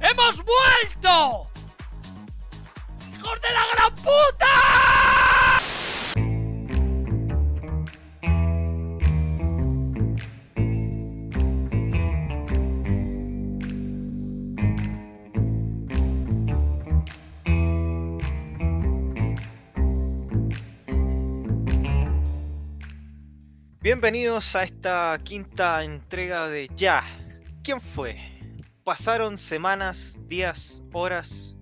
¡Hemos vuelto! ¡Hijos de la gran puta! Bienvenidos a esta quinta entrega de Ya. ¿Quién fue? Pasaron semanas, días, horas,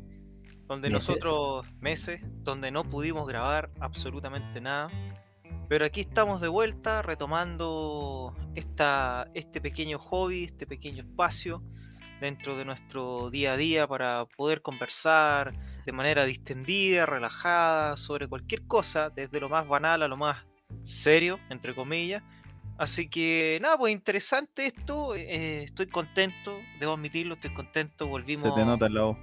donde Meses. nosotros, meses, donde no pudimos grabar absolutamente nada. Pero aquí estamos de vuelta retomando esta, este pequeño hobby, este pequeño espacio dentro de nuestro día a día para poder conversar de manera distendida, relajada, sobre cualquier cosa, desde lo más banal a lo más serio, entre comillas. Así que nada, pues interesante esto. eh, estoy contento, debo admitirlo, estoy contento. Volvimos. Se te nota la voz.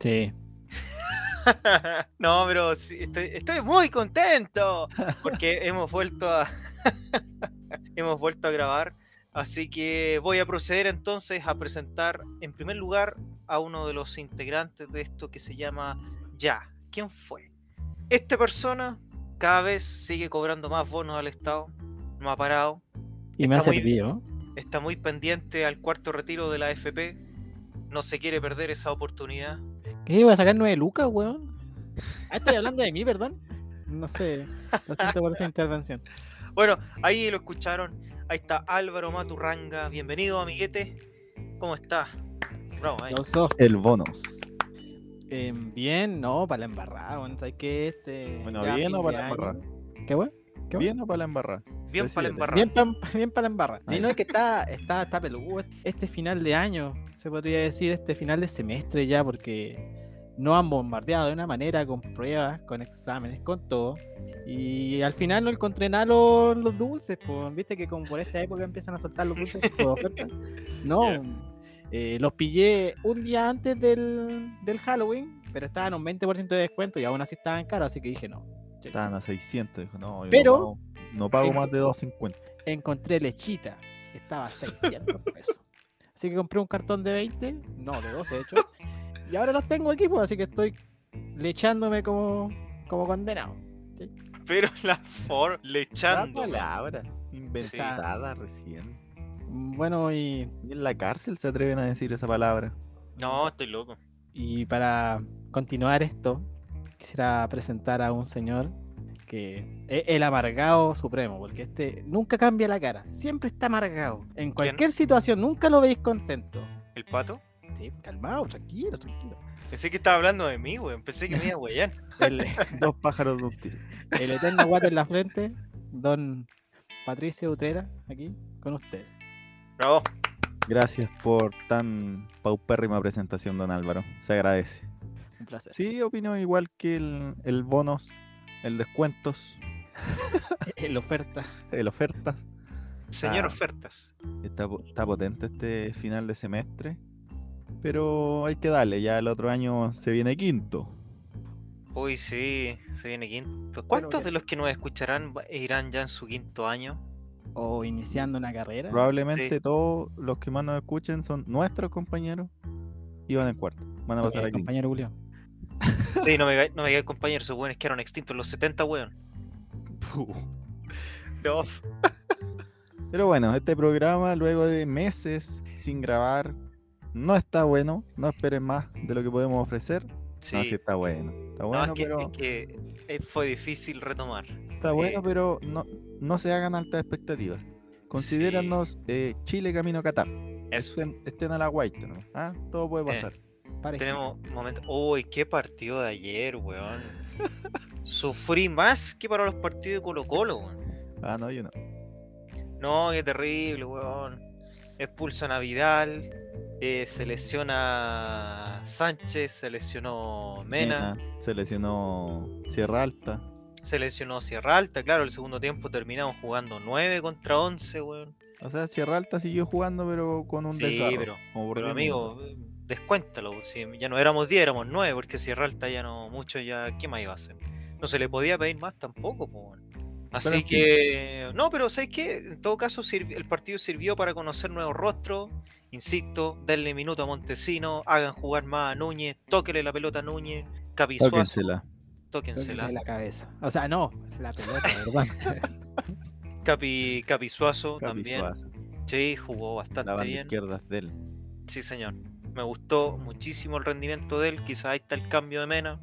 Sí. no, pero sí, estoy, estoy muy contento porque hemos vuelto a hemos vuelto a grabar. Así que voy a proceder entonces a presentar en primer lugar a uno de los integrantes de esto que se llama Ya. ¿Quién fue? Esta persona cada vez sigue cobrando más bonos al Estado. No ha parado. Y me ha Está muy- servido. Está muy pendiente al cuarto retiro de la AFP. No se quiere perder esa oportunidad. ¿Qué? ¿Voy a sacar nueve lucas, weón? Ah, estoy hablando de mí, perdón. No sé. Lo siento por esa intervención. Bueno, ahí lo escucharon. Ahí está Álvaro Maturranga. Bienvenido, amiguete. ¿Cómo está? Bravo, ahí. Aplausos. El bonus. Eh, bien, no, para la embarrada, weón. ¿Sabes qué? Este, Bueno, ya bien fin o de para la año. embarrada. ¿Qué, weón? ¿Qué Bien o para la embarrada. Bien decídete. para embarrar. Bien, pan- bien para la embarra. Ahí. Y no es que está, está, está peludo este final de año, se podría decir, este final de semestre ya, porque nos han bombardeado de una manera con pruebas, con exámenes, con todo. Y al final no encontré nada lo- los, dulces, pues, viste que como por esta época empiezan a soltar los dulces por oferta. No, Ya. eh, los pillé un día antes del, del Halloween, pero estaban a un 20% de descuento y aún así estaban caros, así que dije no. Estaban a 600. Dijo, no, yo Pero- no pago, no pago más de 250. encontré lechita. Estaba a 600 pesos. Así que compré un cartón de 20, no, de 12 de hecho. Y ahora los tengo aquí, pues, así que estoy lechándome como, como condenado. Pero la for lechando. palabra recién. Bueno, y, Ni en la cárcel se atreven a decir esa palabra. No, estoy loco. y para continuar esto, quisiera presentar a un señor que es el amargado supremo, porque este nunca cambia la cara, siempre está amargado. En cualquier situación, nunca lo veis contento. ¿El pato? Sí, calmado, tranquilo, tranquilo. Pensé que estaba hablando de mí, güey. Pensé que me iba a huellar. El- Dos pájaros de un tiro. El eterno guato en la frente, don Patricio Utrera, aquí con usted. Bravo. Gracias por tan paupérrima presentación, don Álvaro. Se agradece. Un placer. Sí, opino igual que el, el bonus, el descuentos, La oferta. el ofertas. Señor Ah. ofertas. Está, po- está potente este final de semestre. Pero hay que darle, ya el otro año se viene quinto. Uy, sí, se viene quinto. ¿Cuántos bien. de los que nos escucharán va- irán ya en su quinto año? O iniciando una carrera. Probablemente todos los que más nos escuchen son nuestros compañeros y van en cuarto. Van a Ok, pasar al quinto. eh, compañero Julio. Sí, no me digáis, no me digáis, compañero, esos weones quedaron extintos en los 70, weón. No, Pero bueno, este programa, luego de meses sin grabar, no está bueno. No esperen más de lo que podemos ofrecer. sí. No, sí está bueno. Está No, bueno, es que, pero, es que, eh, fue difícil retomar. está bueno, eh, pero no, no se hagan altas expectativas. Considéranos eh, Chile camino a Qatar. Eso. Estén, estén a la guaita, ¿no? ¿Ah? Todo puede Eh. pasar. Parejito. Tenemos momentos. Uy, qué partido de ayer, weón. Sufrí más que para los partidos de Colo Colo, weón. Ah, no, yo no. No, qué terrible, weón. Expulsan a Vidal. eh, se lesiona Sánchez, se lesionó Mena, Mena, Ah, Se lesionó Sierra Alta. se lesionó Sierra Alta. Claro, el segundo tiempo terminamos jugando 9 contra 11, weón. O sea, Sierra Alta siguió jugando, pero con un Sí, desgarro, pero- como por Pero 10 amigo, eh, descuéntalo. pues, Si ya no éramos 10, éramos 9, porque Sierra Alta ya no mucho, ya, ¿qué más iba a hacer? No se le podía pedir más tampoco, po, weón. minutos. Así en fin. que, no, pero ¿sabes qué? En todo caso, sirvi- el partido sirvió para conocer nuevos rostros. Insisto, denle minuto a Montesino, hagan jugar más a Núñez, tóquenle la pelota a Núñez, Capizuazo, Tóquensela. tóquensela. Tóquenle la cabeza. O sea, no, la pelota, ¿verdad? Capi, Capizuazo también. Capizuazo. Sí, jugó La bastante banda bien. izquierda es de él. Sí, señor. Me gustó muchísimo el rendimiento de él. Quizás ahí está el cambio de Mena.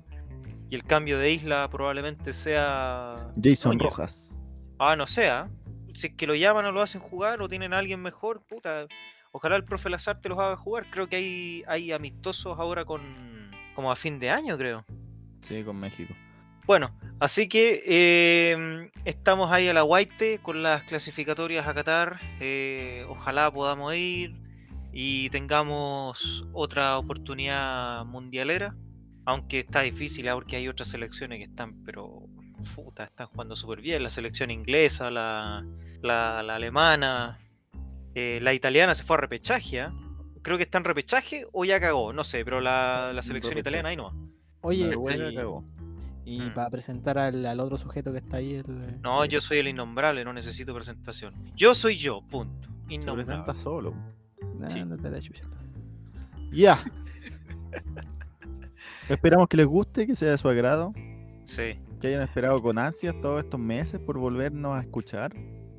Y el cambio de Isla probablemente sea. Jason Núñez. Rojas. Ah, no sea. Si es que lo llaman o lo hacen jugar o tienen a alguien mejor, puta. Ojalá el profe Lazar te los haga jugar. Creo que hay, hay amistosos ahora con. como a fin de año, creo. Sí, con México. Bueno, así que eh, estamos ahí a la Guaite con las clasificatorias a Qatar. eh, ojalá podamos ir y tengamos otra oportunidad mundialera. Aunque está difícil, ah, porque hay otras selecciones que están, pero puta, están jugando súper bien. La selección inglesa, la, la- la alemana, eh, la italiana se fue a repechaje. ah. Creo que está en repechaje o ya cagó, no sé, pero la, la selección italiana ahí no va. Oye, Pero bueno, y- cagó. y, Mm. para presentar al, al otro sujeto que está ahí. el- No, el- yo soy el innombrable, no necesito presentación. Yo soy yo, punto. Se presenta Innombrable. solo. Nah, sí. ándate a eh, la chucha. Ya. Esperamos que les guste, que sea de su agrado, Sí. que hayan esperado con ansias todos estos meses por volvernos a escuchar.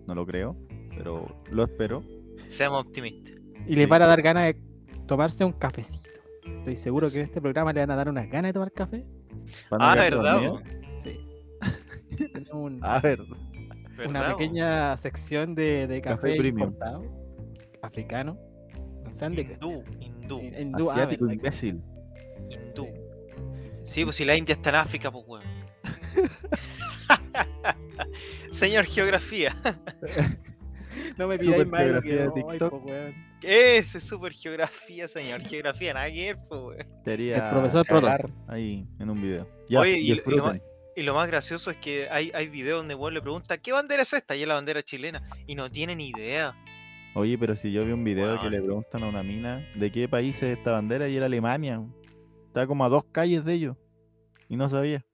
No lo creo, pero lo espero. Seamos optimistas. Y les Sí. van a dar ganas de tomarse un cafecito. Estoy seguro que en este programa le van a dar unas ganas de tomar café. Van a Ah, quedar ¿verdad? dormidos. Sí. Tenemos un- Ah, ver. ¿Verdad, una bo? pequeña sección de, de Café café, premium. importado, africano, sándwich, Hindú, hindú, hin- hindú, ah, Asiático ¿verdad? imbécil. hindú. Sí, pues si la India está en África, pues weón. Señor Geografía. No me pidáis más de lo que Supergeografía de no, ay, TikTok. po, weón. Ese es super geografía, señor Geografía, nada que ver, pues weón. Sería El profesor Proto. cagar ahí en un video. Ya, Oye, y- y lo disfruten. más- Y lo más gracioso es que hay, hay videos donde weón le pregunta, ¿qué bandera es esta? Y es la bandera chilena. Y no tiene ni idea. Oye, pero si yo vi un video que Weón. le preguntan a una mina de qué país es esta bandera y era Alemania. Estaba como a dos calles de ellos y no sabía.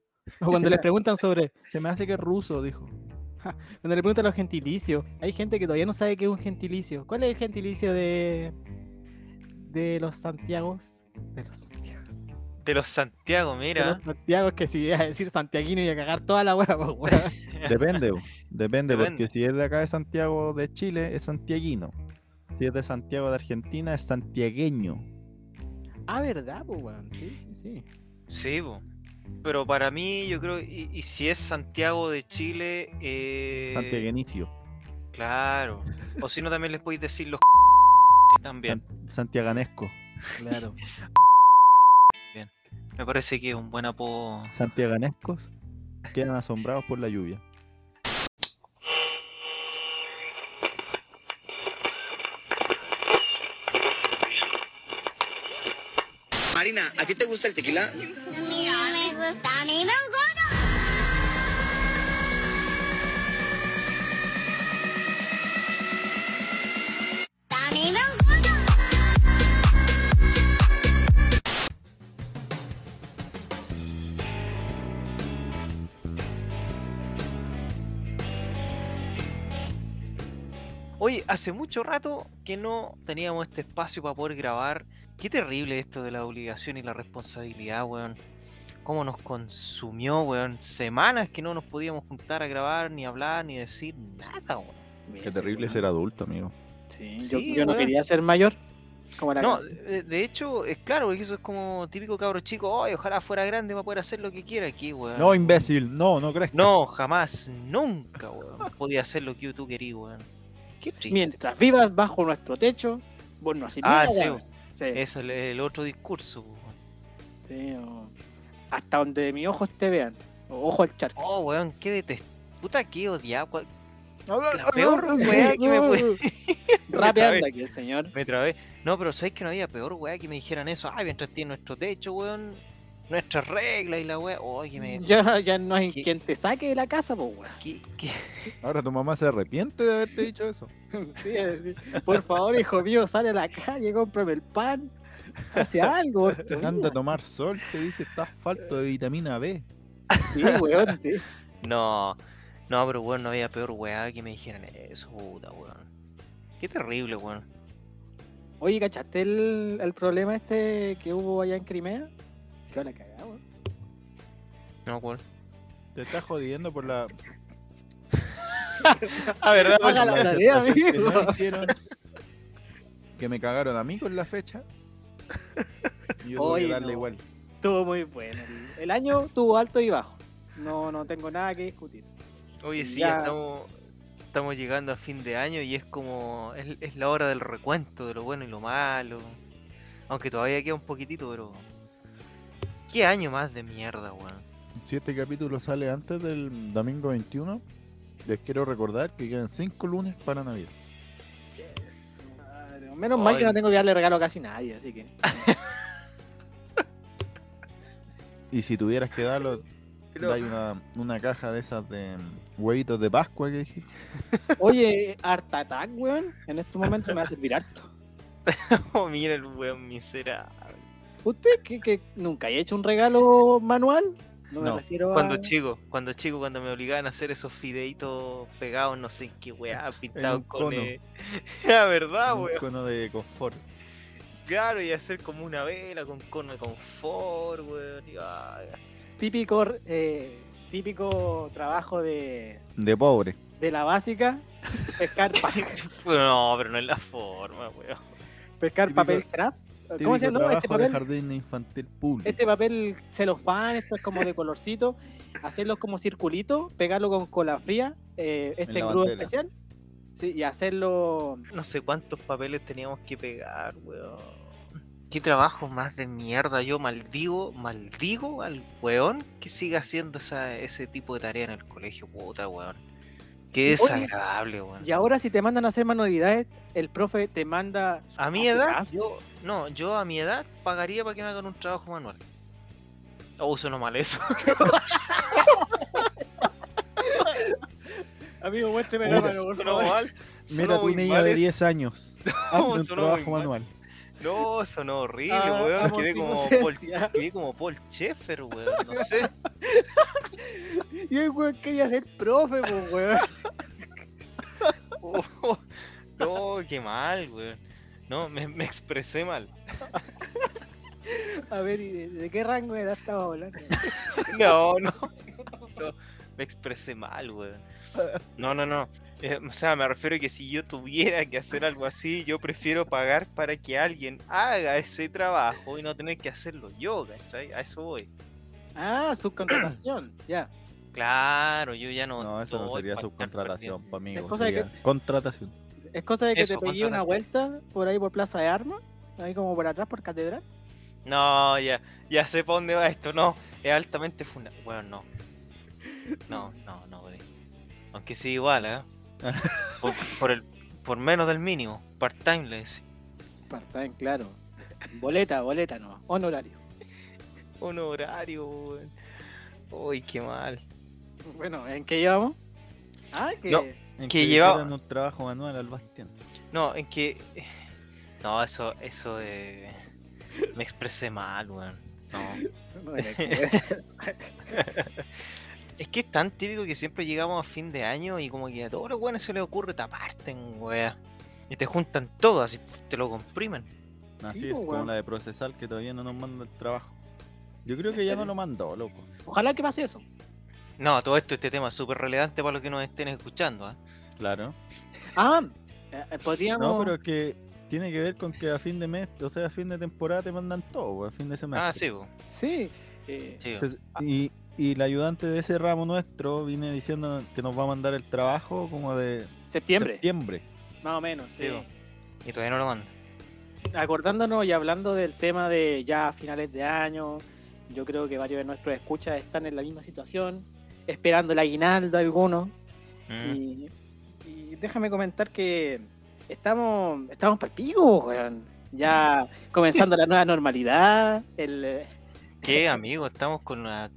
O Cuando les preguntan sobre, Se me hace que es ruso, dijo. cuando le preguntan los gentilicios, hay gente que todavía no sabe qué es un gentilicio. ¿Cuál es el gentilicio de de los Santiagos? De los Santiagos. De los Santiago, De mira. los Santiagos que si ibas a decir santiaguino y a cagar toda la hueá, po, weón. Depende, bo, depende, Depende. porque si es de acá de Santiago de Chile, es santiaguino. Si es de Santiago de Argentina, es santiagueño. Ah, ¿verdad, po, weón? Sí, sí, sí. Sí, po. pero para mí yo creo, y, y si es Santiago de Chile, eh, Santiaguenicio. claro. O si no también les podéis decir los también. Santiaganesco. Claro. Me parece que es un buen apodo. Santiaganescos quedan asombrados por la lluvia. Marina, ¿a ti te gusta el tequila? A mí no me gusta, a mí me gusta. A mí me gusta. Oye, hace mucho rato que no teníamos este espacio para poder grabar. Qué terrible esto de la obligación y la responsabilidad, weón. Cómo nos consumió, weón. Semanas que no nos podíamos juntar a grabar, ni hablar, ni decir nada, weón. Qué terrible ser adulto, amigo. yo, Sí, yo no weón. quería ser mayor. Como la No, canción. de, de hecho, es claro, porque eso es como típico cabro chico, "Ay, ojalá fuera grande para poder hacer lo que quiera aquí, weón. No, imbécil, no, no crees. No, jamás, nunca, weón. Podía hacer lo que tú querías, weón. Qué triste. Mientras vivas bajo nuestro techo, vos no haces Ah, nada, sí, weón. Sí, es el, el otro discurso, weón. sí, o- Hasta donde mis ojos te vean. O ojo al charco. Oh, weón, qué detest... Puta, qué odiaba. cua- La peor weá que me puede... Rapeando aquí el señor. Me trabé. No, pero ¿sabes que no había peor, weá, que me dijeran eso? Ay, mientras tiene nuestro techo, weón. Nuestras reglas y la weá. Oye, me... Ya, ya no hay ¿Qué? quien te saque de la casa, pues, weón. qué- qué- Ahora tu mamá se arrepiente de haberte dicho eso. Sí, sí. Por favor, hijo mío, sale a la calle, cómprame el pan. Hace algo. por tu Anda a vida. tomar sol, te dice estás falto de vitamina B. Sí, weón, sí. No, No, pero weón, no había peor weá que me dijeran eso, puta weón. Qué terrible, weón. Oye, ¿cachaste el, el problema este que hubo allá en Crimea? Qué la cagada, weón. No, weón. Te estás jodiendo por la. A ver, por Haga la las tarea, cosas que amigo. no hicieron, que me cagaron a mí con la fecha. Y yo tuve Oye, que darle no. igual. Estuvo muy bueno. El- El año tuvo alto y bajo. No, no tengo nada que discutir. Oye, sí, Ya. estamos, estamos llegando a fin de año y es como. Es, es la hora del recuento de lo bueno y lo malo. Aunque todavía queda un poquitito, pero. ¿Qué año más de mierda, weón? Si este capítulo sale antes del domingo 21, les quiero recordar que quedan 5 lunes para Navidad. Madre, Menos mal que Ay. no tengo que darle regalo a casi nadie, así que. Y si tuvieras que darlo, dai una, una caja de esas de mm, huevitos de Pascua que dije. Oye, Art Attack, weón, en este momento me va a servir harto. Oh, mira el weón miserable. ¿Usted que, que nunca haya hecho un regalo manual? No me No. refiero a. Cuando chico, cuando chico, cuando me obligaban a hacer esos fideitos pegados, no sé en qué weá, pintados un con. cono. eh, La Ah, verdad, un weón. cono de confort. Claro, y hacer como una vela con cono de confort, weón. y, ay, Típico, eh, típico trabajo de, De pobre. de la básica: pescar, pa- Pero no, pero no es la forma, weón. pescar Típico- papel craft. ¿Cómo Típico se llama? trabajo Este de papel. jardín infantil público. este papel celofán, esto es como de colorcito, hacerlos como circulitos, pegarlo con cola fría, eh, este la engrudo bandera. especial, sí, y hacerlo No sé cuántos papeles teníamos que pegar, weón. Qué trabajo más de mierda. Yo maldigo, maldigo al weón que siga haciendo esa, ese tipo de tarea en el colegio, puta, weón. Qué Oye, desagradable, weón. Y ahora si te mandan a hacer manualidades, el profe te manda... su- A mi su edad, casa. yo, no, yo a mi edad pagaría para que me hagan un trabajo manual. O uso Oh, mal eso. Amigo, muéstrame Mira, la mano, por Sonó favor. mal, Mira, sonó tu muy niño mal de eso. 10 años. Hazme un sonó muy trabajo mal. manual. No, sonó horrible, Ah, weón. amo Quedé tu como, Paul, inocencia. quedé como Paul Sheffer, weón. No sé. Y el weón quería ser profe, pues, weón. Oh, no, qué mal, weón. No, me, me expresé mal. A ver, ¿y de, de qué rango de edad estaba hablando? No, no. no, me expresé mal, weón. No, no, no. Eh, o sea, me refiero que si yo tuviera que hacer algo así, yo prefiero pagar para que alguien haga ese trabajo y no tener que hacerlo yo, ¿cachai? A eso voy. Ah, subcontratación, ya. Claro, yo ya no. No, eso no estoy sería pa' estar subcontratación, pa' amigo. Es cosa de que- sería Contratación. Es cosa de que Eso, te pegué una contratación. vuelta por ahí por Plaza de Armas, ahí como por atrás, por Catedral. perdiendo. No, ya, ya sé para dónde va esto. No, es altamente funda. Bueno, no. No, no, no, güey. Aunque sí, igual, ¿eh? Por, por el, por menos del mínimo. Part-time le decía. Partán, claro. Boleta, boleta no, honorario. Un horario, weón. Uy, qué mal. Bueno, ¿en qué llevamos? Ah, que No. En Que le lleva- hicieran un trabajo manual al Bastián. No, en que. No, eso, eso eh, Me expresé mal, weón. No. no era que- Es que es tan típico que siempre llegamos a fin de año y como que a todos los weones se les ocurre taparte en weá. Y te juntan todo, así te lo comprimen. Así Sí, es, pues, po, como weón. la de procesal que todavía no nos manda el trabajo. Yo creo que ya no lo mandó, loco. Ojalá que pase eso. No, todo esto, este tema es súper relevante para los que nos estén escuchando, ¿ah? Claro. Ah, eh, eh, podríamos. No, pero es que tiene que ver con que a fin de mes, o sea, a fin de temporada te mandan todo, po, a fin de semana. Ah, sí, po, Sí. eh, sí, po. y, y el ayudante de ese ramo nuestro viene diciendo que nos va a mandar el trabajo como de septiembre, septiembre. más o menos. Sí, Sí. Y todavía no lo mandan. Acordándonos y hablando del tema de ya finales de año, yo creo que varios de nuestros escuchas están en la misma situación, esperando el aguinaldo algunos. Mm. Y, y déjame comentar que estamos, estamos para pico, weón. Ya comenzando la nueva normalidad. El, eh, ¿Qué, amigo? Estamos con una,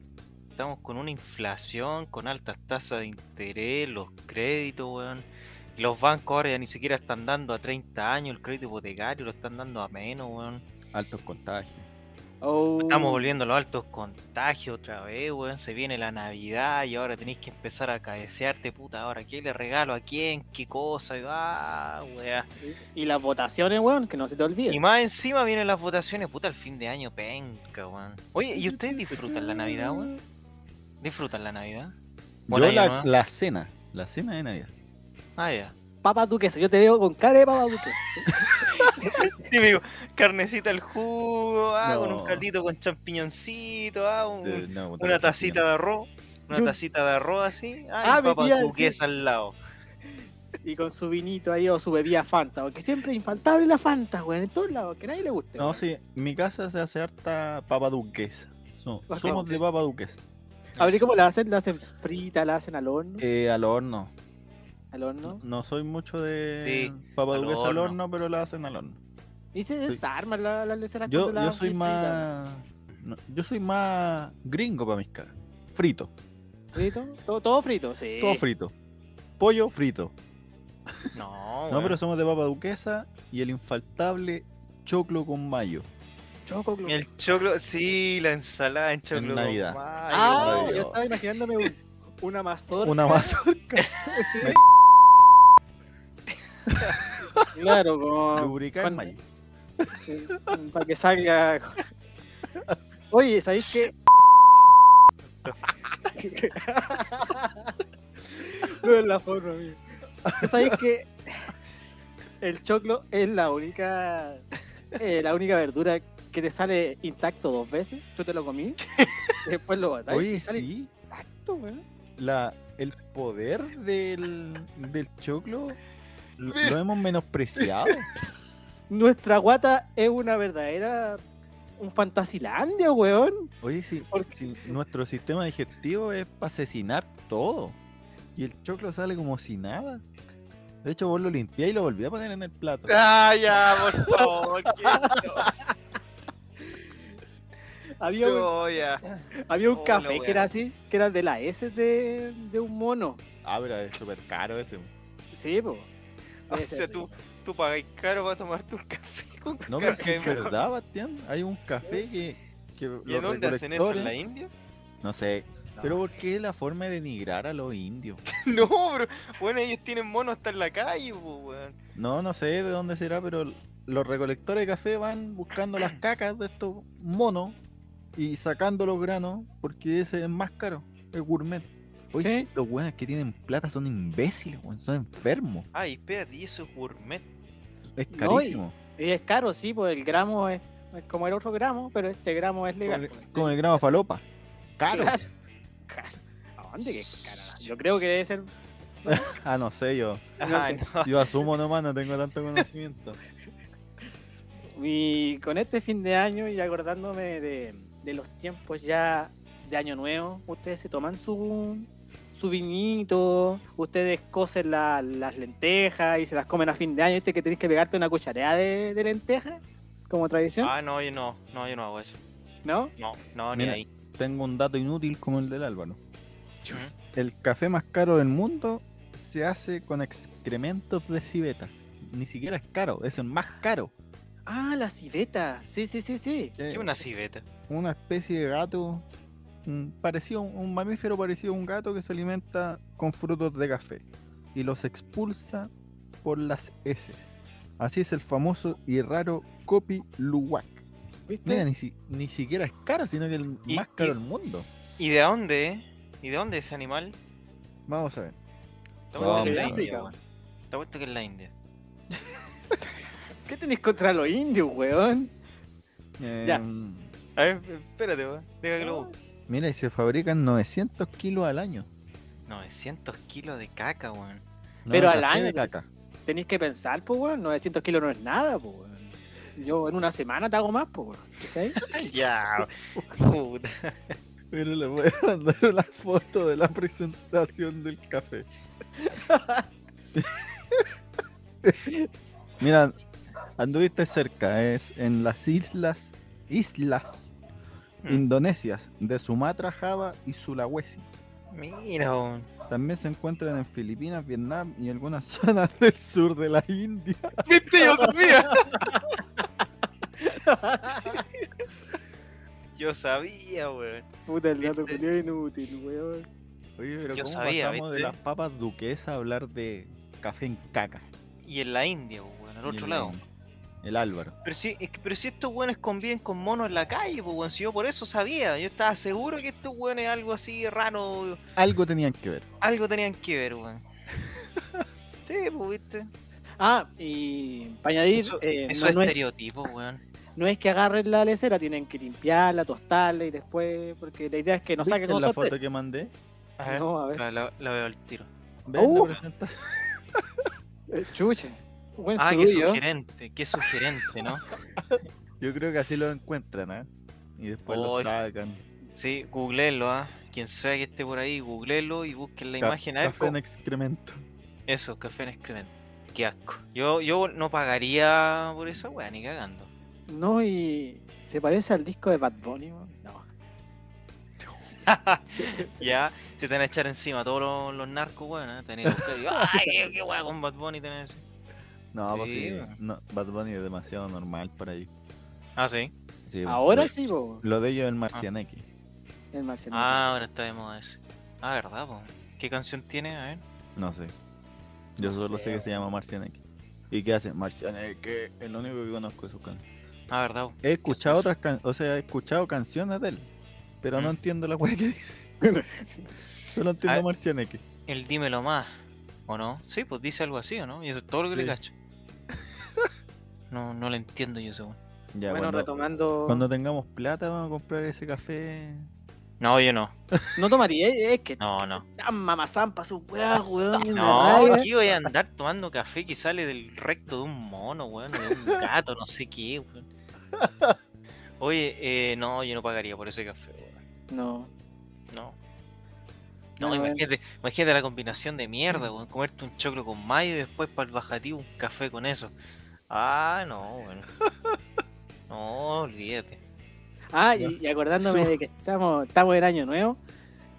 estamos con una inflación, con altas tasas de interés, los créditos, weón. Los bancos ahora ya ni siquiera están dando a 30 años el crédito hipotecario, lo están dando a menos, weón. Altos contagios. Oh. Estamos volviendo a los altos contagios otra vez, weón. Se viene la Navidad y ahora tenéis que empezar a cabecearte, puta. Ahora, ¿qué le regalo a quién? ¿Qué cosa? Y va, weá. Y las votaciones, weón, que no se te olvide. Y más encima vienen las votaciones, puta, al fin de año, penca, weón. Oye, ¿y ustedes disfrutan la Navidad, weón? ¿Disfrutan la Navidad? Bueno, Yo año la, nuevo. la cena, la cena de Navidad. Ah, ya. Papa Duquesa, yo te veo con cara de Papa Duquesa. Típico, carnecita al jugo, ah, con un No. caldito con champiñoncito, ah, un- Eh, no, puta, una la cena. tacita de arroz, una Yo- tacita de arroz así, ah, y Ah, mi papas tía, sí. duquesas al lado. Y con su vinito ahí o su bebida Fanta, porque siempre es infaltable la Fanta, weón, en todos lados, que nadie le guste. No, weón. sí, mi casa se hace harta papa duquesa. So- Bacán. somos de papa duquesa. A ver cómo la hacen, la hacen frita, la hacen al horno, Eh, al horno. al horno. No soy mucho de Sí, papa al duquesa al horno. horno, pero la hacen al horno. Y se desarman la- las leceras Yo, cuando la yo soy fritan. más. no, yo soy más gringo para mis caras. Frito. ¿Frito? Todo, todo frito, sí. Todo frito. Pollo frito. Ah, No, No, weón. pero somos de papa duquesa y el infaltable choclo con mayo. Choco, Globo. El choclo, sí, la ensalada en choclo. con Navidad. mayo, Ah, Dios. yo estaba imaginándome un- una mazorca. Una mazorca. Sí. Claro, como Lubricar Juan- en mayo. eh, para que salga. Oye, ¿sabéis qué? no es la forma, amigo. ¿Tú sabéis que el choclo es la única eh, la única verdura que te sale intacto dos veces? Tú te lo comí, después lo botáis. Oye, te sale sí. intacto, weón. la, el poder del, del choclo lo, lo hemos menospreciado. Nuestra guata es una verdadera. Un fantasilandia, weón. Oye, si, Porque- si nuestro sistema digestivo es para asesinar todo y el choclo sale como si nada. De hecho, vos lo limpiás y lo volví a poner en el plato. Ah, ya, por favor. que Había un yo ya. Había un Oh, la café que era weá. así, que era de la S de, de un mono. Ah, pero es súper caro ese. Sí, po. O Ese, Ah, sea, tú, tú pagáis caro para tomarte un café con No, pero si café, es weón. verdad, Bastián. Hay un café que, ¿Y que en los dónde hacen eso? ¿En la recolectores- India? No sé. Pero ¿por qué la forma de denigrar a los indios? No, pero bueno, ellos tienen monos hasta en la calle, po, weón. No, no sé de dónde será, pero los recolectores de café van buscando las cacas de estos monos y sacando los granos porque ese es más caro, es gourmet. Oye, Sí. sí, los weones que tienen plata son imbéciles, weón, son enfermos. Ay, espérate, y eso es gourmet. Es No, y- carísimo. Y es caro, sí, pues el gramo es, es como el otro gramo, pero este gramo es legal. po. Con el grano de falopa. Caro. Claro. Caro. ¿A dónde que es cara? Yo creo que debe ser. Ah, no sé, yo, Ah, sé. no. yo asumo nomás, no tengo tanto conocimiento. Y con este fin de año y acordándome de, de los tiempos ya de año nuevo, ustedes se toman su, su vinito, ustedes cocen la- las lentejas y se las comen a fin de año, ¿viste que tenés que pegarte una cuchareada de, de lentejas? Como tradición, Ah, no, yo no. No, yo no hago eso. ¿no? No, no, Mira. ni ahí. tengo un dato inútil como el del Álvaro. Chu. El café más caro del mundo se hace con excrementos de civetas. Ni siquiera es caro, es el más caro. Ah, la civeta. Sí, sí, sí, sí. ¿Qué Mm. una civeta? una especie de gato, mm, parecido, a un- un mamífero parecido a un gato que se alimenta con frutos de café y los expulsa por las heces. Así es el famoso y raro Kopi Luwak. ¿Viste? Mira, ni, si- ni siquiera es caro, sino que el Y- más caro y- del mundo. ¿Y de dónde? eh? ¿Y de dónde ese animal? Vamos a ver. Te No, apuesto que es la hombre. India, África. weón. Te apuesto que es la India. ¿Qué tenés contra los indios, weón? Ya. Em, A ver, eh, espérate, weón. Deja que lo busque. Mira, y se fabrican 900 kilos al año. 900 kilos de caca, weón. No, Pero de al café de año. caca. Tenéis que pensar, pues, weón. 900 kilos no es nada, pues, weón. Yo en una semana te hago más, pues, weón. ¿Cachai? Ya, puta. Pero le voy a mandar una foto de la presentación del café. Mira, anduviste cerca, es en las islas, islas Mm. Hmm. indonesias de Sumatra, Java y Sulawesi. Mira, weón. También se encuentran en Filipinas, Vietnam y algunas zonas del sur de la India. Viste, yo sabía. Yo sabía, weón. Puta, el gato ¿Viste? culiao inútil, weón. Oye, pero Yo ¿cómo sabía, pasamos de ¿viste? las papas duquesas a hablar de café en caca? Y en la India, weón, al Y otro el- lado. El Álvaro. Pero si, es que- pero si estos weones conviven con monos en la calle, pues weón, si yo por eso sabía, yo estaba seguro que estos weones algo así raro, Algo tenían que ver. algo tenían que ver, weón. Sí, pues viste. Ah, y para añadir, Eso, eh, eso no, es no es, estereotipo, weón. no es que agarren la lecera, tienen que limpiarla, tostarla y después, porque la idea es que no saquen ¿Viste con la sorpresa. foto que mandé? A ver, No, eh. a ver. la, la- la veo al tiro. ¿Ven la Uh. presentación? Eh, Chuche. Buen Ah, qué surullo. sugerente, qué sugerente, ¿no? Yo creo que así lo encuentran, ¿ah? Y después lo Oy. sacan. Sí, googleenlo, ¿ah? Quien sea que esté por ahí, googleenlo y busquen la Ca- imagen. A ver Café en cómo- excremento. Eso, café en excremento. Qué asco. Yo, yo no pagaría por esa weá, ni cagando. No, y se parece al disco de Bad Bunny. weón. No. ya, se te van a echar encima todos los, los narcos, weón. ¿eh? Te van a ir a buscar y, Ay, qué, qué weá con Bad Bunny tenés. así". No, pues Sí, sí. weón. No, Bad Bunny es demasiado normal para ellos. Ah, sí. Sí, pues, Ahora lo- sí, po, Lo de ellos es el marcianeque. el Marciano. Ah, ahora está de moda ese. Ah, verdad, po. ¿Qué canción tiene? A ver. No sé. Yo No solo sé, sé que se llama Marcianeque. ¿Y qué hace? Marcianeque. Es lo único que conozco de sus canciones. Ah, verdad, po. He escuchado eso? otras can- o sea, he escuchado canciones de él. Pero no Mm. Ah. entiendo la weá que dice. Solo entiendo ver. Marcianeque. El dímelo más. ¿O no? Sí, pues dice algo así, ¿o no? Y eso es todo lo que le Sí. cacho. No, no le entiendo yo eso, weón. Ya, bueno, cuando, retomando. cuando tengamos plata vamos a comprar ese café. No, yo no. No tomaría, eh, es que No, no. tan mamazampa sus weas, weón. una No, rabia. aquí voy a andar tomando café que sale del recto de un mono, weón, o de un gato, no sé qué, weón. Oye, eh, no, yo no pagaría por ese café, weón. No. No. No, Bueno, imagínate, imagínate la combinación de mierda, weón. Comerte un choclo con mayo y después para el bajativo un café con eso. Ah, no, weón. No, olvídate. Ah, y, y acordándome Su- de que estamos, estamos en año nuevo.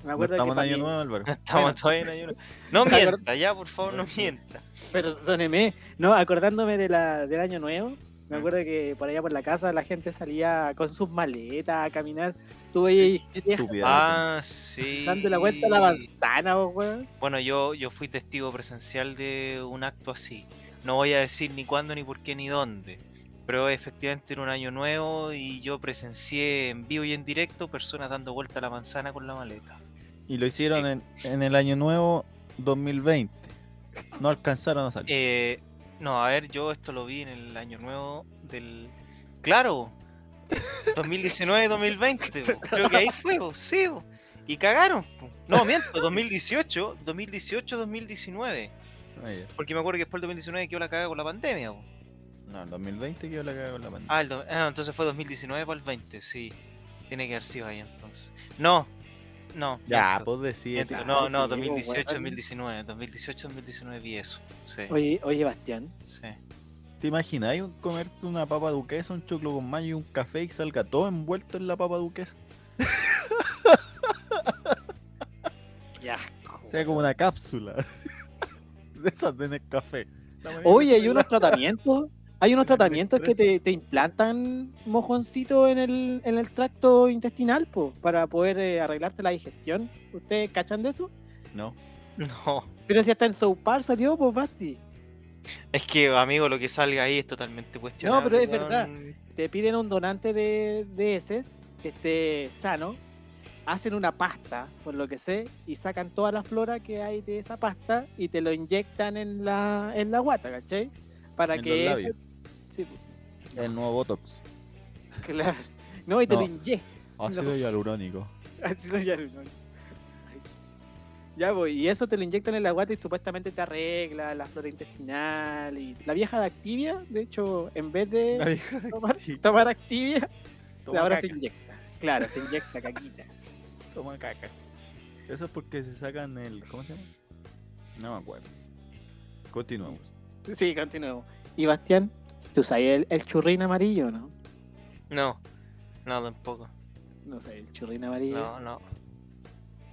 Me No acuerdo estamos que en año para mi- nuevo, Álvaro. Estamos Bueno. todavía en ayuno. No ¿Te acuer- mienta, ya, por favor, no mienta. Perdóneme, no, acordándome de la, del año nuevo, Mm. me acuerdo que por allá por la casa la gente salía con sus maletas a caminar. Estuve ahí vieja, Estúpida. Ah, sí. dando la vuelta a la manzana, vos, weón. Bueno, yo, yo fui testigo presencial de un acto así. No voy a decir ni cuándo, ni por qué, ni dónde. Pero efectivamente era un año nuevo y yo presencié en vivo y en directo personas dando vuelta a la manzana con la maleta. Y lo hicieron en, en el año nuevo 2020. No alcanzaron a salir. Eh, no, a ver, yo esto lo vi en el año nuevo del... Claro, 2019-2020. po. Creo que ahí fue, po, sí. po. Y cagaron. po. No, miento, 2018, 2018-2019. Ah, ya. Porque me acuerdo que después del 2019 quedó la cagada con la pandemia. po. No, el 2020 quedó la cagada con la pandemia. Ah, el do- ah, entonces fue 2019 para el 20, sí. Tiene que haber sido ahí entonces. No, no. ya, miento, pues decir. miento. ya, Ah, No, no, sí, pues, 2018, weón. 2019. 2018, 2019 vi eso. Sí, Oye, oye, Bastián, sí. ¿Te imagináis un- comerte una papa duquesa, un choclo con mayo y un café y salga todo envuelto en la papa duquesa? qué asco. O sea, como una cápsula. de esas de café. Oye, hay unos tratamientos, hay unos tratamientos que te, te implantan mojoncito en el, en el tracto intestinal, po, para poder eh, arreglarte la digestión. ¿Ustedes cachan de eso? No. No. Pero si hasta en Soupar salió, pues Basti. Es que, amigo, lo que salga ahí es totalmente cuestionable. pero es weón. verdad. te piden un donante de, de heces que esté sano, hacen una pasta, por lo que sé, y sacan toda la flora que hay de esa pasta y te lo inyectan en la, en la guata, ¿cachai? Para En que los eso... labios. Sí, pues, El nuevo Botox. claro. No, y te lo No. inyectan. Ácido hialurónico. Así lo llaman. Ya, voy, y eso te lo inyectan en la guata y supuestamente te arregla la flora intestinal y la vieja de Activia, de hecho, en vez de La vieja tomar, sí. tomar Activia, Toma ahora se caca, inyecta. Claro, se inyecta caquita. toma caca. Eso es porque se sacan el. ¿Cómo se llama? No me acuerdo. Continuamos. Sí, continuemos. Y Bastián, ¿tú sabes el, el churrín amarillo, no? No, no, tampoco. No sé, el churrín amarillo. No, no.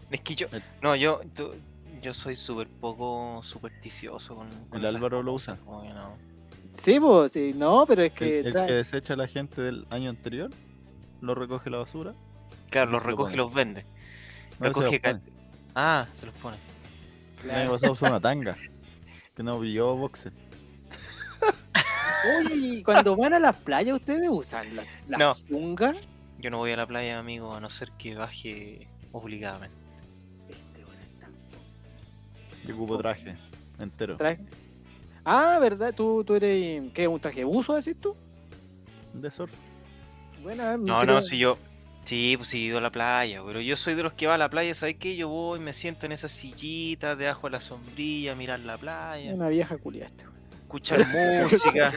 Es que yo. El- No, yo. tú- yo soy súper poco supersticioso con. con El esas Álvaro lo cosas, usa. oye, no. Sí, pues, sí, no, pero es ¿El, que el trae- que desecha a la gente del año anterior? lo recoge la basura. Claro, los se lo recoge y pone. los vende. No, se Recoge los ca- pone. Ah, se los pone. El año pasado usó una tanga. Que no pilló boxer. Uy, cuando van a las playas, ¿ustedes usan las, las No. zungas? Yo no voy a la playa, amigo, a no ser que baje obligadamente. Este, bueno, está- Yo ocupo traje entero. traje. Ah, ¿verdad? ¿Tú, tú eres. ¿Qué? ¿Un traje buzo, decís tú? De surf. Bueno, ah, No, pero- no, si yo. Sí, pues sí, he ido a la playa, pero yo soy de los que va a la playa, ¿sabes qué? Yo voy, me siento en esas sillitas debajo de la sombrilla, mirar la playa, Una vieja culia este, güey. escuchar música.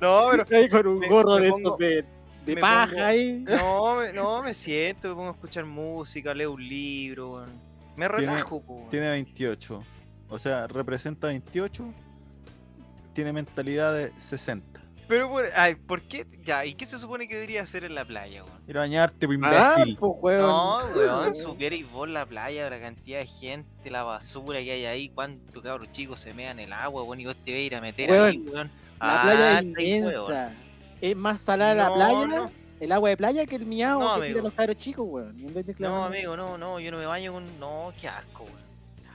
no, pero Ahí con un me- gorro me de, pongo- estos de, de me paja pongo- ahí. no, me- no, me siento, me pongo a escuchar música, leo un libro, weón. me Tiene- relajo, po, weón. Tiene 28. O sea, representa 28. Tiene mentalidad de 60. Pero, por, ay, ¿por qué? Ya, ¿y qué se supone que debería hacer en la playa, weón? Ir a bañarte, po, Ah, imbécil. pues, weón. No, weón, supierais vos la playa, la cantidad de gente, la basura que hay ahí, cuánto cabros chicos se mean en el agua, weón, y vos te vais a ir a meter ahí, Weón, weón. La Ah, playa es estáis, weón. inmensa. Es más salada la No, playa, no. el agua de playa que el miau No, que tiran amigo. los cabros chicos, weón. En vez de No, clavar- amigo, no, no, yo no me baño con. No, qué asco, weón.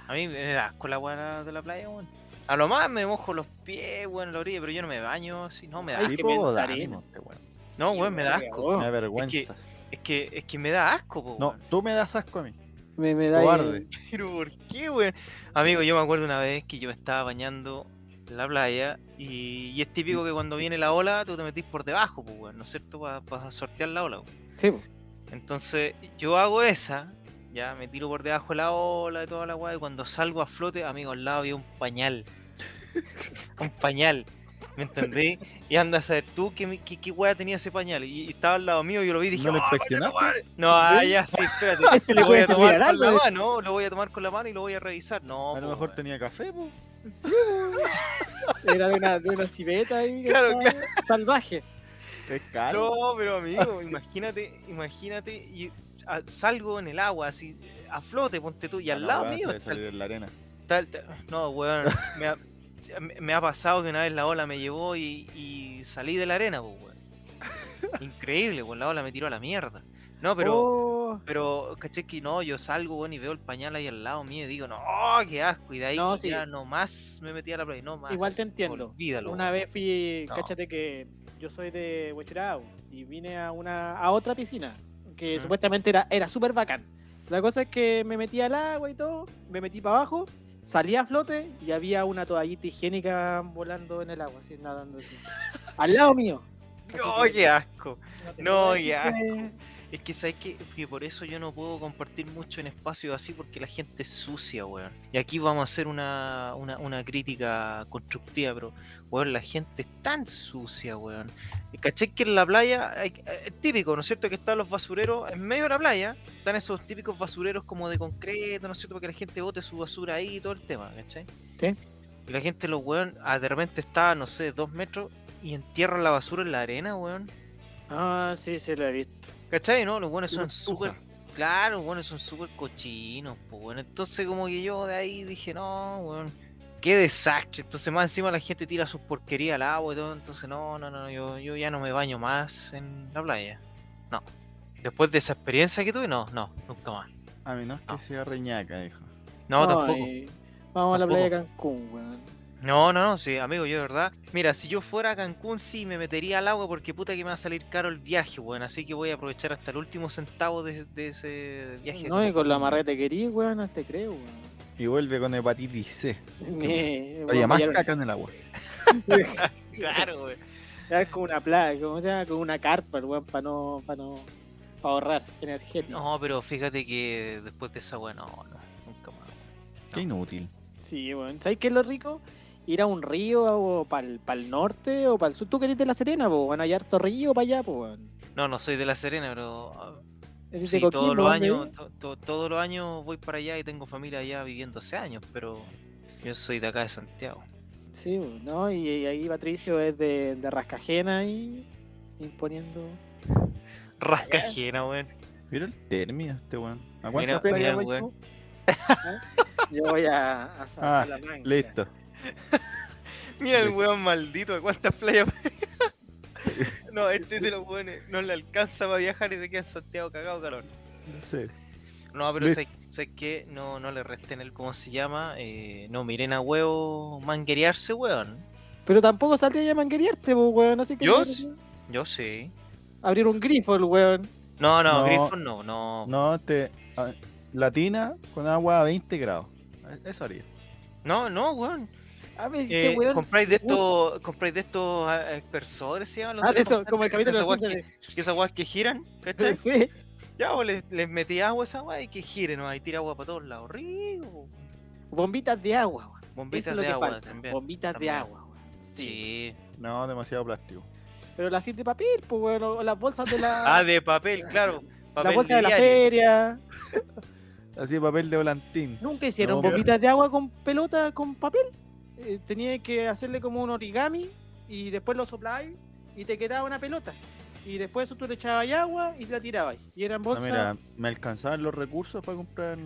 A mí me da asco la agua de la playa, weón. A lo más me mojo los pies, weón, en la orilla, pero yo no me baño así, no, me da Ay, asco. que Tipo, mental, Dani, eh. no te weón. No, weón, me da asco. Me avergüenzas. Es que, es que me da asco, po, No, weón. tú me das asco a mí. Me, me da Cobarde. Pero ¿por qué, weón? Amigo, yo me acuerdo una vez que yo me estaba bañando en la playa y, y es típico que cuando viene la ola tú te metís por debajo, pues, weón, ¿no es cierto? Para sortear la ola, weón. Sí, po. Entonces yo hago esa, ya me tiro por debajo de la ola y toda la weá, y cuando salgo a flote, amigo, al lado había un pañal. un pañal. ¿Me entendí? Y anda a saber tú qué, qué, qué weá tenía ese pañal. Y, y estaba al lado mío, yo lo vi y dije, ¿No lo "Oh, inspeccionaste? no, ah, ya, sí, espérate. Este le lo voy puede a tomar servir al con la alma. mano, lo voy a tomar con la mano y lo voy a revisar. No, A lo po, mejor weón. tenía café, po. Era de una, de una civeta ahí. que Claro, estaba Salvaje. Es caro. No, pero amigo, imagínate, imagínate, y ah, salgo en el agua, así, a flote, ponte tú, y al La lado weá se mío debe está el- salir en la arena. tal- tal- No, weón, me ha, me- me ha pasado que una vez la ola me llevó y, y salí de la arena, po, weón. Increíble, weón, la ola me tiró a la mierda. No, pero... Oh, Pero, caché que no, yo salgo, bueno, y veo el pañal ahí al lado mío y digo, no, oh, qué asco. Y de ahí No, no, sí. ya nomás me metí a la playa, no más. Igual te entiendo. Olvídalo. una weón. vez fui. No. Cáchate que yo soy de Huechurao y vine a, una, a otra piscina que Mm. supuestamente era, era súper bacán. La cosa es que me metí al agua y todo, me metí para abajo, salí a flote y había una toallita higiénica volando en el agua, así nadando así. al lado mío. No, Así que- qué asco. te No, puedo qué decir que- Es que sabes que, que por eso yo no puedo compartir mucho en espacios así porque la gente es sucia, weón. Y aquí vamos a hacer una, una, una crítica constructiva, pero, weón, la gente es tan sucia, weón. Caché que en la playa, hay- eh, es típico, ¿no es cierto? Que están los basureros en medio de la playa, están esos típicos basureros como de concreto, ¿no es cierto? Para que la gente bote su basura ahí y todo el tema, ¿cachai? Sí. Y la gente, los weón, ah, de repente está, no sé, dos metros y entierran la basura en la arena, weón. Ah, sí, sí, lo he visto. ¿Cachai? No, los buenos Pura son súper. Claro, los buenos son súper cochinos, pues, bueno. Entonces, como que yo de ahí dije, no, weón. Qué desastre. Entonces, más encima la gente tira sus porquerías al agua y todo. Entonces, no, no, no, yo, yo ya no me baño más en la playa. No. Después de esa experiencia que tuve, no, no, nunca más. A menos que No. sea reñaca, dijo. No, tampoco. eh, vamos a la Tampoco. playa de Cancún, weón. No, no, no, sí, amigo, yo de verdad. Mira, si yo fuera a Cancún, sí, me metería al agua porque puta que me va a salir caro el viaje, weón. Así que voy a aprovechar hasta el último centavo de, de ese viaje. No, y con la marreta que querí, weón, no te creo, weón. Y vuelve con hepatitis C. Me- Oye, weón, más vaya- caca en el agua. Claro, weón. Ya con una plaga, como se llama, con una carpa, weón, para no, para no, pa ahorrar energético. No, pero fíjate que después de esa weá, no, no, nunca más. Qué inútil. Sí, weón. ¿Sabes qué es lo rico? Ir a un río o para el, norte o para el sur. ¿Tú querés de La Serena, po? Van a hallar río para allá, po, weón. No, no soy de La Serena, pero ah, Es de sí, Coquimbo, todos los ¿dónde años, es? to- to- todos los años voy para allá y tengo familia allá viviendo hace años, pero yo soy de acá de Santiago. Sí, weón, ¿no? Y, y ahí Patricio es de, de Rascajena ahí, imponiendo. Rascajena, weón. Mira el término este weón. ¿A Mira, cuántas playas mira, vais weón. tú? Yo voy a, a, Sa- Ah, Salamanca. Listo. Mira el weón maldito, ¿cuántas playas? No, este de los buenos no le alcanza para viajar y se queda en Santiago cagado calor. No sé. No, pero Ve- sé, sé que no, no le resten el cómo se llama. eh, no miren a huevo manguerearse, weón. Pero tampoco salía a manguerearte, po, weón. Así que. Yo no- sí. Yo sí. Abrir un grifo, el weón. No, no, No. Griffon no, no. No, este, te. a- latina con agua a 20 grados. E-, Eso haría. No, no, weón. A ver, Eh, este weón. compráis de estos, compráis de estos ah, expersores, ¿se llaman? Los Ah, de teléfonos eso, como el grandes, capítulo de esas los weas Simpsons. que- Esas weas que giran, de- ¿cachai? Sí. Ya, vos les, les metí agua a esa wea y que gire, ¿no? Ahí tira agua para todos lados. Rico. Bombitas de agua, weón. Eso Bombitas es lo de que agua falta. también. Bombitas también. de agua, weón. Sí. No, demasiado plástico. Pero las de papel, pues, weón. O las bolsas de la. Ah, de papel, claro. la Papel bolsa de la diario. feria. Así de papel de volantín. Nunca hicieron No, bombitas de agua con pelota, con papel. Eh, tenía que hacerle como un origami y después lo soplabais y te quedaba una pelota. Y después eso tú le echabas agua y la tirabas. Y eran No, bolsas. Ah, mira, me alcanzaban los recursos para comprar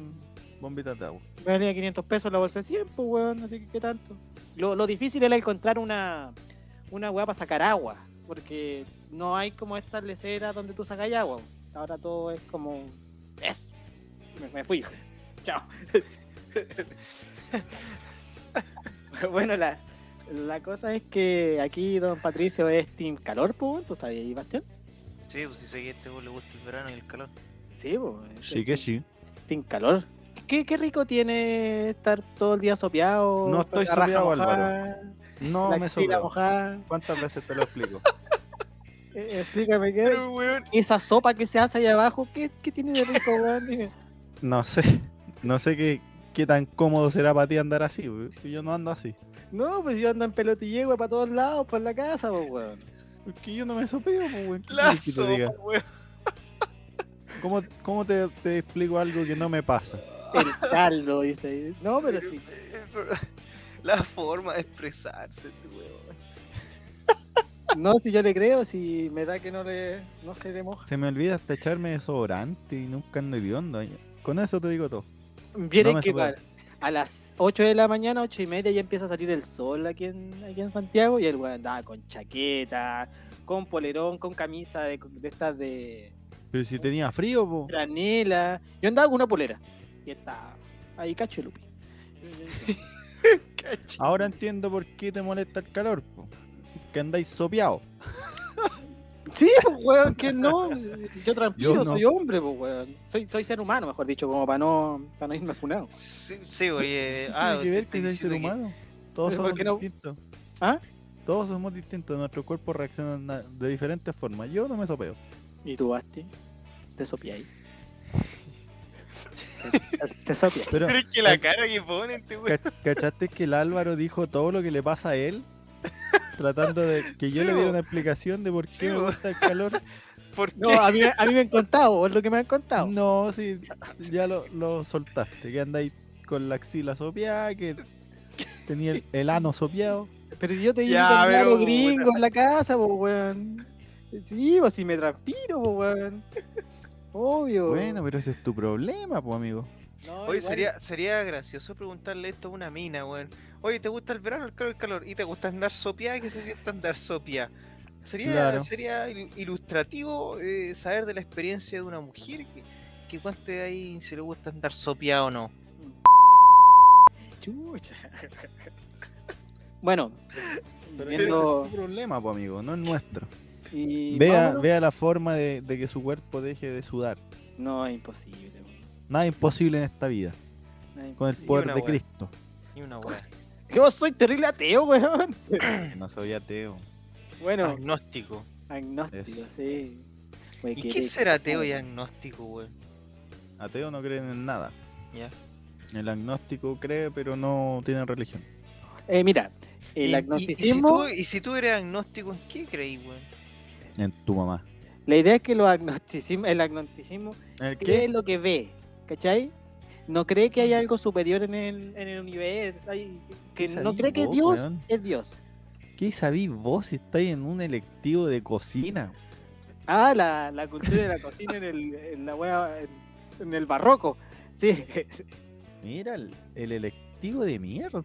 bombitas de agua. Me valía 500 pesos la bolsa de 100, pues, weón. Así que qué tanto. Lo, lo difícil era encontrar una, una weá para sacar agua. Porque no hay como estas leceras donde tú sacas agua. Ahora todo es como. Eso. Me, me fui. Chao. bueno, la, la cosa es que aquí don Patricio es Team Calor, pues, weón, ¿tú sabías, Bastián? Sí, pues si sé que a este vos le gusta el verano y el calor. Sí, pues. sí. Team Calor. ¿Qué, qué rico tiene estar todo el día sopeado. No con estoy la raja sopeado, Álvaro. mojada. No la me axila sobró. mojada. ¿Cuántas veces te lo explico? Eh, explícame qué. Esa sopa que se hace ahí abajo, ¿qué, qué tiene de rico, weón? Dime. No sé. No sé qué, qué tan cómodo será para ti andar así. weón. Yo no ando así. No, pues yo ando en pelotille, weón, para todos lados, por la casa, pues, weón. Porque yo no me sopeo, pues, weón. ¿Qué quieres que te Lazo, diga? weón. ¿Cómo, cómo te, te explico algo que no me pasa? El caldo, dice. No, pero sí. La forma de expresarse, este weón. No, si yo le creo, si me da que no le no se le moja. Se me olvida hasta echarme desodorante y nunca ando hediondo. Con eso te digo todo. Viene No me que supera. para- a las 8 de la mañana, 8 y media, ya empieza a salir el sol aquí en, aquí en Santiago y el weón andaba con chaqueta, con polerón, con camisa de, de estas de Pero si tenía frío, po. granela. Yo andaba con una polera y estaba ahí cacho de lupi. Ahora entiendo por qué te molesta el calor, po. Que andáis sopeado. Sí, pues weón, que no. Yo transpiro, Yo no. soy hombre, pues weón. Soy, soy ser humano, mejor dicho, como para no, para no irme funado. Sí, sí, oye. Tiene Ah, que ver estoy que soy ser diciendo que- humano. Todos Pero ¿por somos qué no? distintos. ¿Ah? Todos somos distintos. Nuestros cuerpos reaccionan na- de diferentes formas. Yo no me sopeo. Y tú, Basti, te sopiáis. Te sopiáis. Pero, Pero es que la cara que ponen, este weón. ca- ¿cachaste que el Álvaro dijo todo lo que le pasa a él? Tratando de que yo Sí, le diera po. una explicación de por qué Sí, me po. gusta el calor. ¿Por qué? No, a mí, a mí me han contado, es lo que me han contado. No, sí, ya lo, lo soltaste. Que andáis con la axila sopeada, que tenía el, el ano sopeado. Pero si yo te llevo Ya, a pero, los gringos en la casa, pues weón. Sí, pues si me transpiro, pues weón. Obvio. Bueno, pero ese es tu problema, pues amigo. Oye, No, Oh, igual, sería, sería gracioso preguntarle esto a una mina, weón. Oye, ¿te gusta el verano, el calor, el calor? ¿Y te gusta andar sopia? ¿Qué se siente andar sopia? Sería, Claro. sería il- ilustrativo eh, saber de la experiencia de una mujer que, que cuente ahí si le gusta andar sopia o no. chucha. Bueno, Pero viendo ese es tu problema, pues amigo, no es nuestro. y Vea, vámonos. vea la forma de, de que su cuerpo deje de sudar. No, es imposible. weón. Nada imposible en esta vida, No, es con el imposible. poder una de wea. Cristo. Ni una weá. Yo soy terrible ateo, weón. No soy ateo. Bueno, Agnóstico. agnóstico, Es- sí. Wey, ¿Y qué qué rico. será ateo y agnóstico, weón? Ateo no creen en nada. Ya. El agnóstico cree, pero no tiene religión. Eh, mira, el Y- y- agnosticismo. Y, si tú, y si tú eres agnóstico, ¿en qué creí, weón? En tu mamá. La idea es que lo agnosticismo, el agnosticismo ¿El cree qué? Mm. lo que ve, ¿cachai? No cree que hay algo superior en el, en el universo, hay- que Esa no vi cree que vos, Dios weón. es Dios. ¿Qué sabís vos si estáis en un electivo de cocina? Ah, la, la cultura de la cocina en, el, en la wea, en, en el barroco. Sí, Mira, el, el electivo de mierda.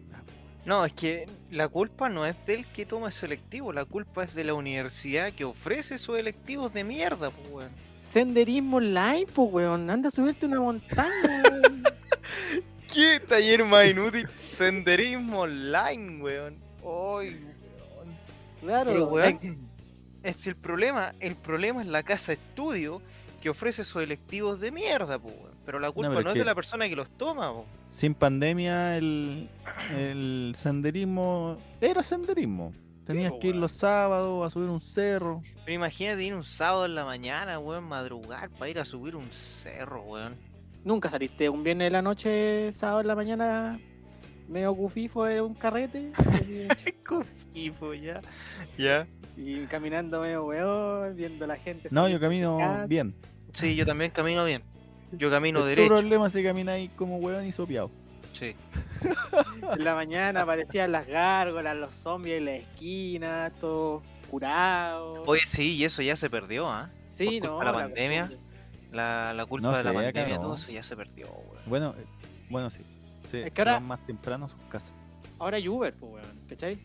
No, es que la culpa no es del que toma ese electivo, la culpa es de la universidad que ofrece esos electivos de mierda, pues, weón. Senderismo online, pues, weón. Anda a subirte una montaña, weón. ¿Qué taller más inútil? Senderismo online, weón. Ay, weón. Claro, Pero, weón. weón, es el problema, el problema es la casa estudio que ofrece esos electivos de mierda, pues, weón. Pero la culpa no, pero es es de que- la persona que los toma, pues. po. Sin pandemia el, el senderismo era senderismo. Tenías pues, po, que ir weón. los sábados a subir un cerro. Pero imagínate ir un sábado en la mañana, weón, madrugar para ir a subir un cerro, weón. Nunca saliste un viernes de la noche, sábado en la mañana, medio gufifo de un carrete. así, Y pues ya, ya. y caminando medio weón, viendo a la gente. No, salir yo de camino casa. bien. Sí, yo también camino bien. Yo camino el derecho. problema es si camináis como hueón y sopiado. Sí. En la mañana aparecían las gárgolas, los zombies en la esquina, todo curado. Oye, sí, y eso ya se perdió, ¿ah? sí, por no. culpa de la pandemia. costumbre. La, la culpa No de la sé, acá pandemia, no. todo eso ya se perdió, weón. Bueno, eh, bueno sí. Se, Es que se ahora- van más temprano a sus casas. Ahora hay Uber, pues, weón, ¿cachai?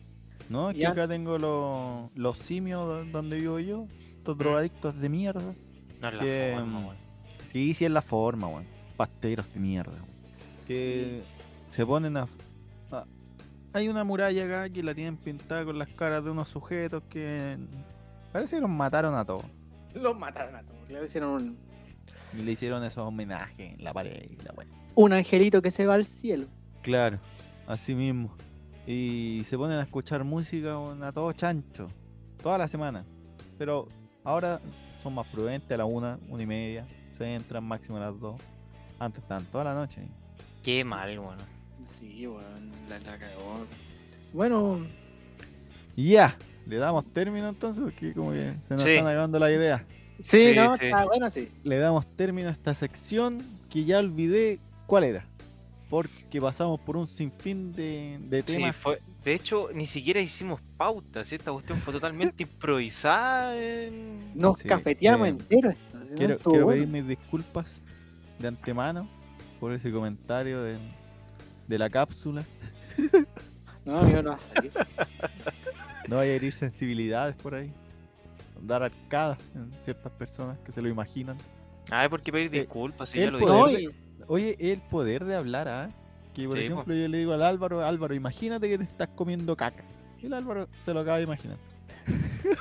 No, es Ya. que acá tengo los, los simios do- donde vivo yo. Estos drogadictos de mierda. No es Mm. la Que, forma, mm, weón. Sí, sí es la forma, weón. Pasteros de mierda, weón. Que Mm. se ponen a, a- Hay una muralla acá que la tienen pintada con las caras de unos sujetos que... Parece que los mataron a todos. Los mataron a todos. Le hicieron un, Y le hicieron esos homenajes en la pared y la weá. un angelito que se va al cielo. Claro, así mismo. Y se ponen a escuchar música weón, a todo chancho. Toda la semana. Pero ahora son más prudentes a la una, una y media. Se entran máximo a las dos. Antes estaban toda la noche. Qué mal, weón. Sí, weón, la, la cagó. Bueno, Ya, le damos término entonces, porque como que se nos Sí. están acabando la idea. sí, Sí, no, sí. está bueno, sí. Le damos término a esta sección que ya olvidé cuál era. Porque pasamos por un sinfín de, de Sí, temas. fue- de hecho, ni siquiera hicimos pautas. Esta cuestión fue totalmente improvisada. en- Nos Sí, cafeteamos eh, entero esto. si no quiero estuvo quiero bueno. pedir mis disculpas de antemano por ese comentario de, de la cápsula. No, amigo, no va a salir. No vaya a herir sensibilidades por ahí. Dar arcadas en ciertas personas que se lo imaginan. Ay, ¿por qué pedir Eh, disculpas? Si el ya lo poder- dijimos. no, de- y- Oye, el poder de hablar, ¿ah? Que por Sí, po. ejemplo yo le digo al Álvaro, Álvaro, imagínate que te estás comiendo caca. Y el Álvaro se lo acaba de imaginar.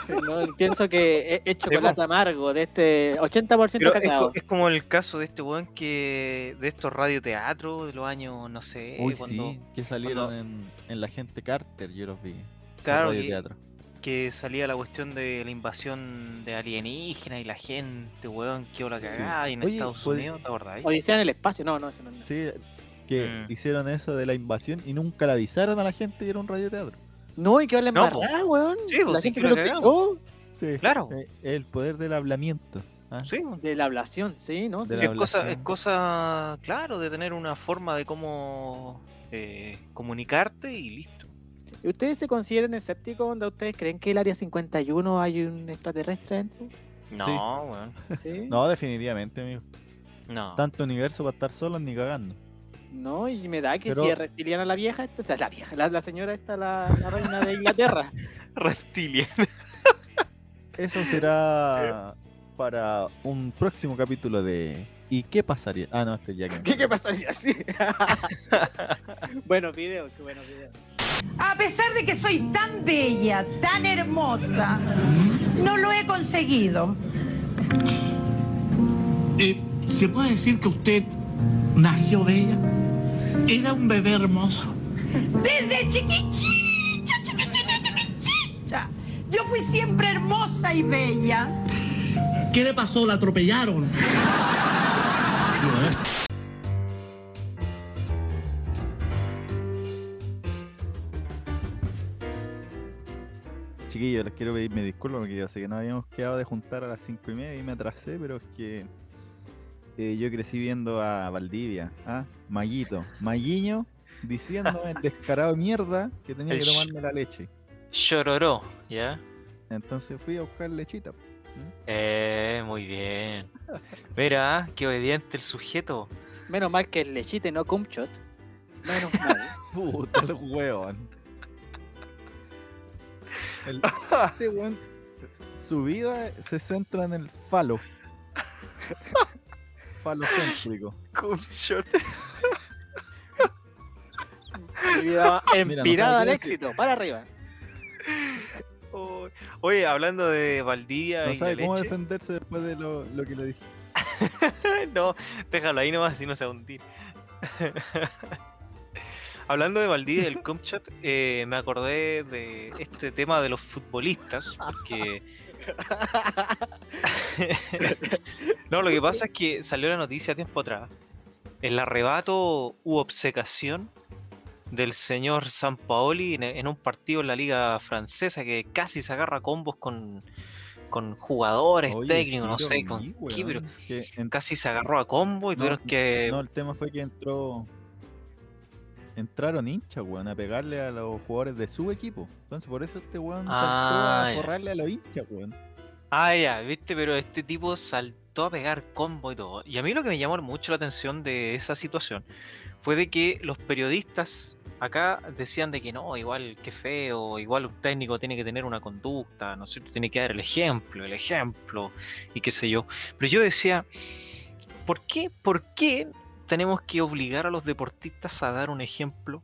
sí, no, y pienso que es, es po. chocolate amargo de este 80% Pero es, cacao. co- es como el caso de este weón que. de estos radioteatros de los años, no sé. cuando- que salieron en, en la gente Carter, yo los vi. Ese Claro, radio y- teatro. que salía la cuestión de la invasión de alienígena y la gente, weón, que hora Sí. cagada y en Oye, Estados pod- Unidos, ¿te acordás? Odisea en el espacio, no, no, eso no. no. Sí, que Mm. hicieron eso de la invasión y nunca le avisaron a la gente que era un radioteatro. No, y quedó la No, po. embarrada, weón. Sí, po, la sí, gente que que lo la picó Sí. Claro, Eh, El poder del hablamiento. ¿ah? sí. weón. de la ablación, sí, ¿no? De Sí. Sí, es, cosa, es hablación. cosa, claro, de tener una forma de cómo eh, comunicarte y listo. ¿Y ¿Ustedes se consideran escépticos? Onda, ¿Ustedes creen que el área 51 hay un extraterrestre dentro? No, Sí. weón. Sí. No, definitivamente, amigo. No. Tanto universo para estar solos ni cagando. No, y me da que Pero- si es reptiliana la vieja, esta- o sea, la vieja, la, la señora esta, la, la reina de Inglaterra. Reptilia. Eso será Eh. para un próximo capítulo de ¿Y qué pasaría? Ah, no, este ya que. ¿Qué, qué pasaría así? buenos videos, qué buenos videos. A pesar de que soy tan bella, tan hermosa, no lo he conseguido. Eh, ¿Se puede decir que usted nació bella? Era un bebé hermoso. Desde chiquichita, chiquichita, chiquichita. Yo fui siempre hermosa y bella. ¿Qué le pasó? ¿La atropellaron? Chiquillos, les quiero pedirme disculpas porque yo sé que nos habíamos quedado de juntar a las cinco y media y me atrasé, pero es que eh, yo crecí viendo a Valdivia, a Maguito, Maguiño, diciéndome el descarado de mierda que tenía que Ish. tomarme la leche. Chororó, ¿ya? Entonces fui a buscar lechita. po. Eh, muy bien. Mira, qué obediente el sujeto. Menos mal que es lechita y no cumchot. Menos mal. Puta el weón. El- este weón, su vida se centra en el falo. Falocéntrico. Cum shot. Mi vida va no empinada al sabía si- éxito, para arriba. Oh, Oye, hablando de Valdivia No y de sabe cómo leche. defenderse después de lo, lo que le dije. no, déjalo ahí nomás, si no se va a hundir. Hablando de Valdivia y del Comchat, eh, me acordé de este tema de los futbolistas, porque... no, lo que pasa es que salió la noticia tiempo atrás. El arrebato u obsecación del señor Sampaoli en, en un partido en la liga francesa que casi se agarra a combos con, con jugadores, Oye, técnicos, sí, no lo sé, vi, con qué, pero weón, que en- casi se agarró a combo y No, tuvieron que. No, el tema fue que entró. Entraron hinchas, weón, a pegarle a los jugadores de su equipo. Entonces, por eso este weón Ah, ya. saltó a forrarle a los hinchas, weón. Ah, ya, viste, pero este tipo saltó a pegar combo y todo. Y a mí lo que me llamó mucho la atención de esa situación fue de que los periodistas acá decían de que no, igual qué feo, igual un técnico tiene que tener una conducta, ¿no es cierto? Tiene que dar el ejemplo, el ejemplo, y qué sé yo. Pero yo decía, ¿por qué, por qué tenemos que obligar a los deportistas a dar un ejemplo?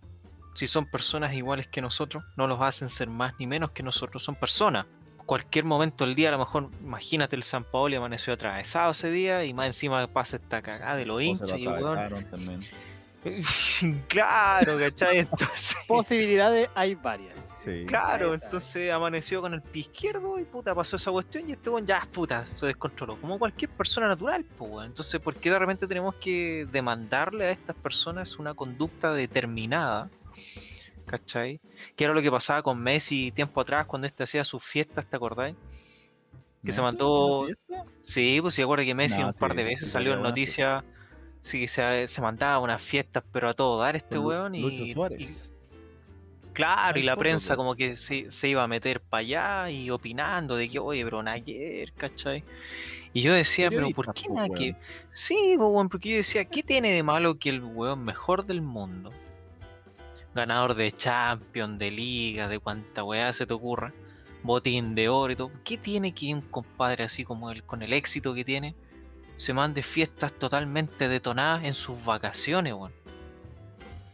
Si son personas iguales que nosotros, no los hacen ser más ni menos que nosotros, son personas cualquier momento del día, a lo mejor, imagínate el San Paolo amaneció atravesado ese día y más encima pasa esta cagada de los O se hinchas lo y el weón. atravesaron también. claro, ¿cachai? Entonces, Posibilidades hay varias. Sí. claro, Ahí está. entonces amaneció con el pie izquierdo y puta, pasó esa cuestión y este weón ya, puta, se descontroló. Como cualquier persona natural, pues weón. Entonces, ¿por qué de repente tenemos que demandarle a estas personas una conducta determinada? ¿Cachai? Que era lo que pasaba con Messi tiempo atrás cuando este hacía sus fiestas, ¿te acordáis? Que se ¿Messi mandó- haciendo fiesta? Sí, pues sí, acuerda que Messi No, un par sí, de sí, veces sí, salió era en buena noticias. Sí, que se, se mandaba unas fiestas, pero a todo dar este Con Lu- weón. Y, Lucho y- Suárez. claro, y hay la fotos, prensa pues. como que se, se iba a meter para allá y opinando de que, oye, pero nada que ver, ¿cachai? Y yo decía, pero ¿por Periodistas, qué pues, nada que weón. Sí, pues, weón, porque yo decía, ¿qué tiene de malo que el weón mejor del mundo, ganador de Champions, de Liga, de cuanta weá se te ocurra, botín de oro y todo, ¿qué tiene que un compadre así como él, con el éxito que tiene, se mande fiestas totalmente detonadas en sus vacaciones, weón?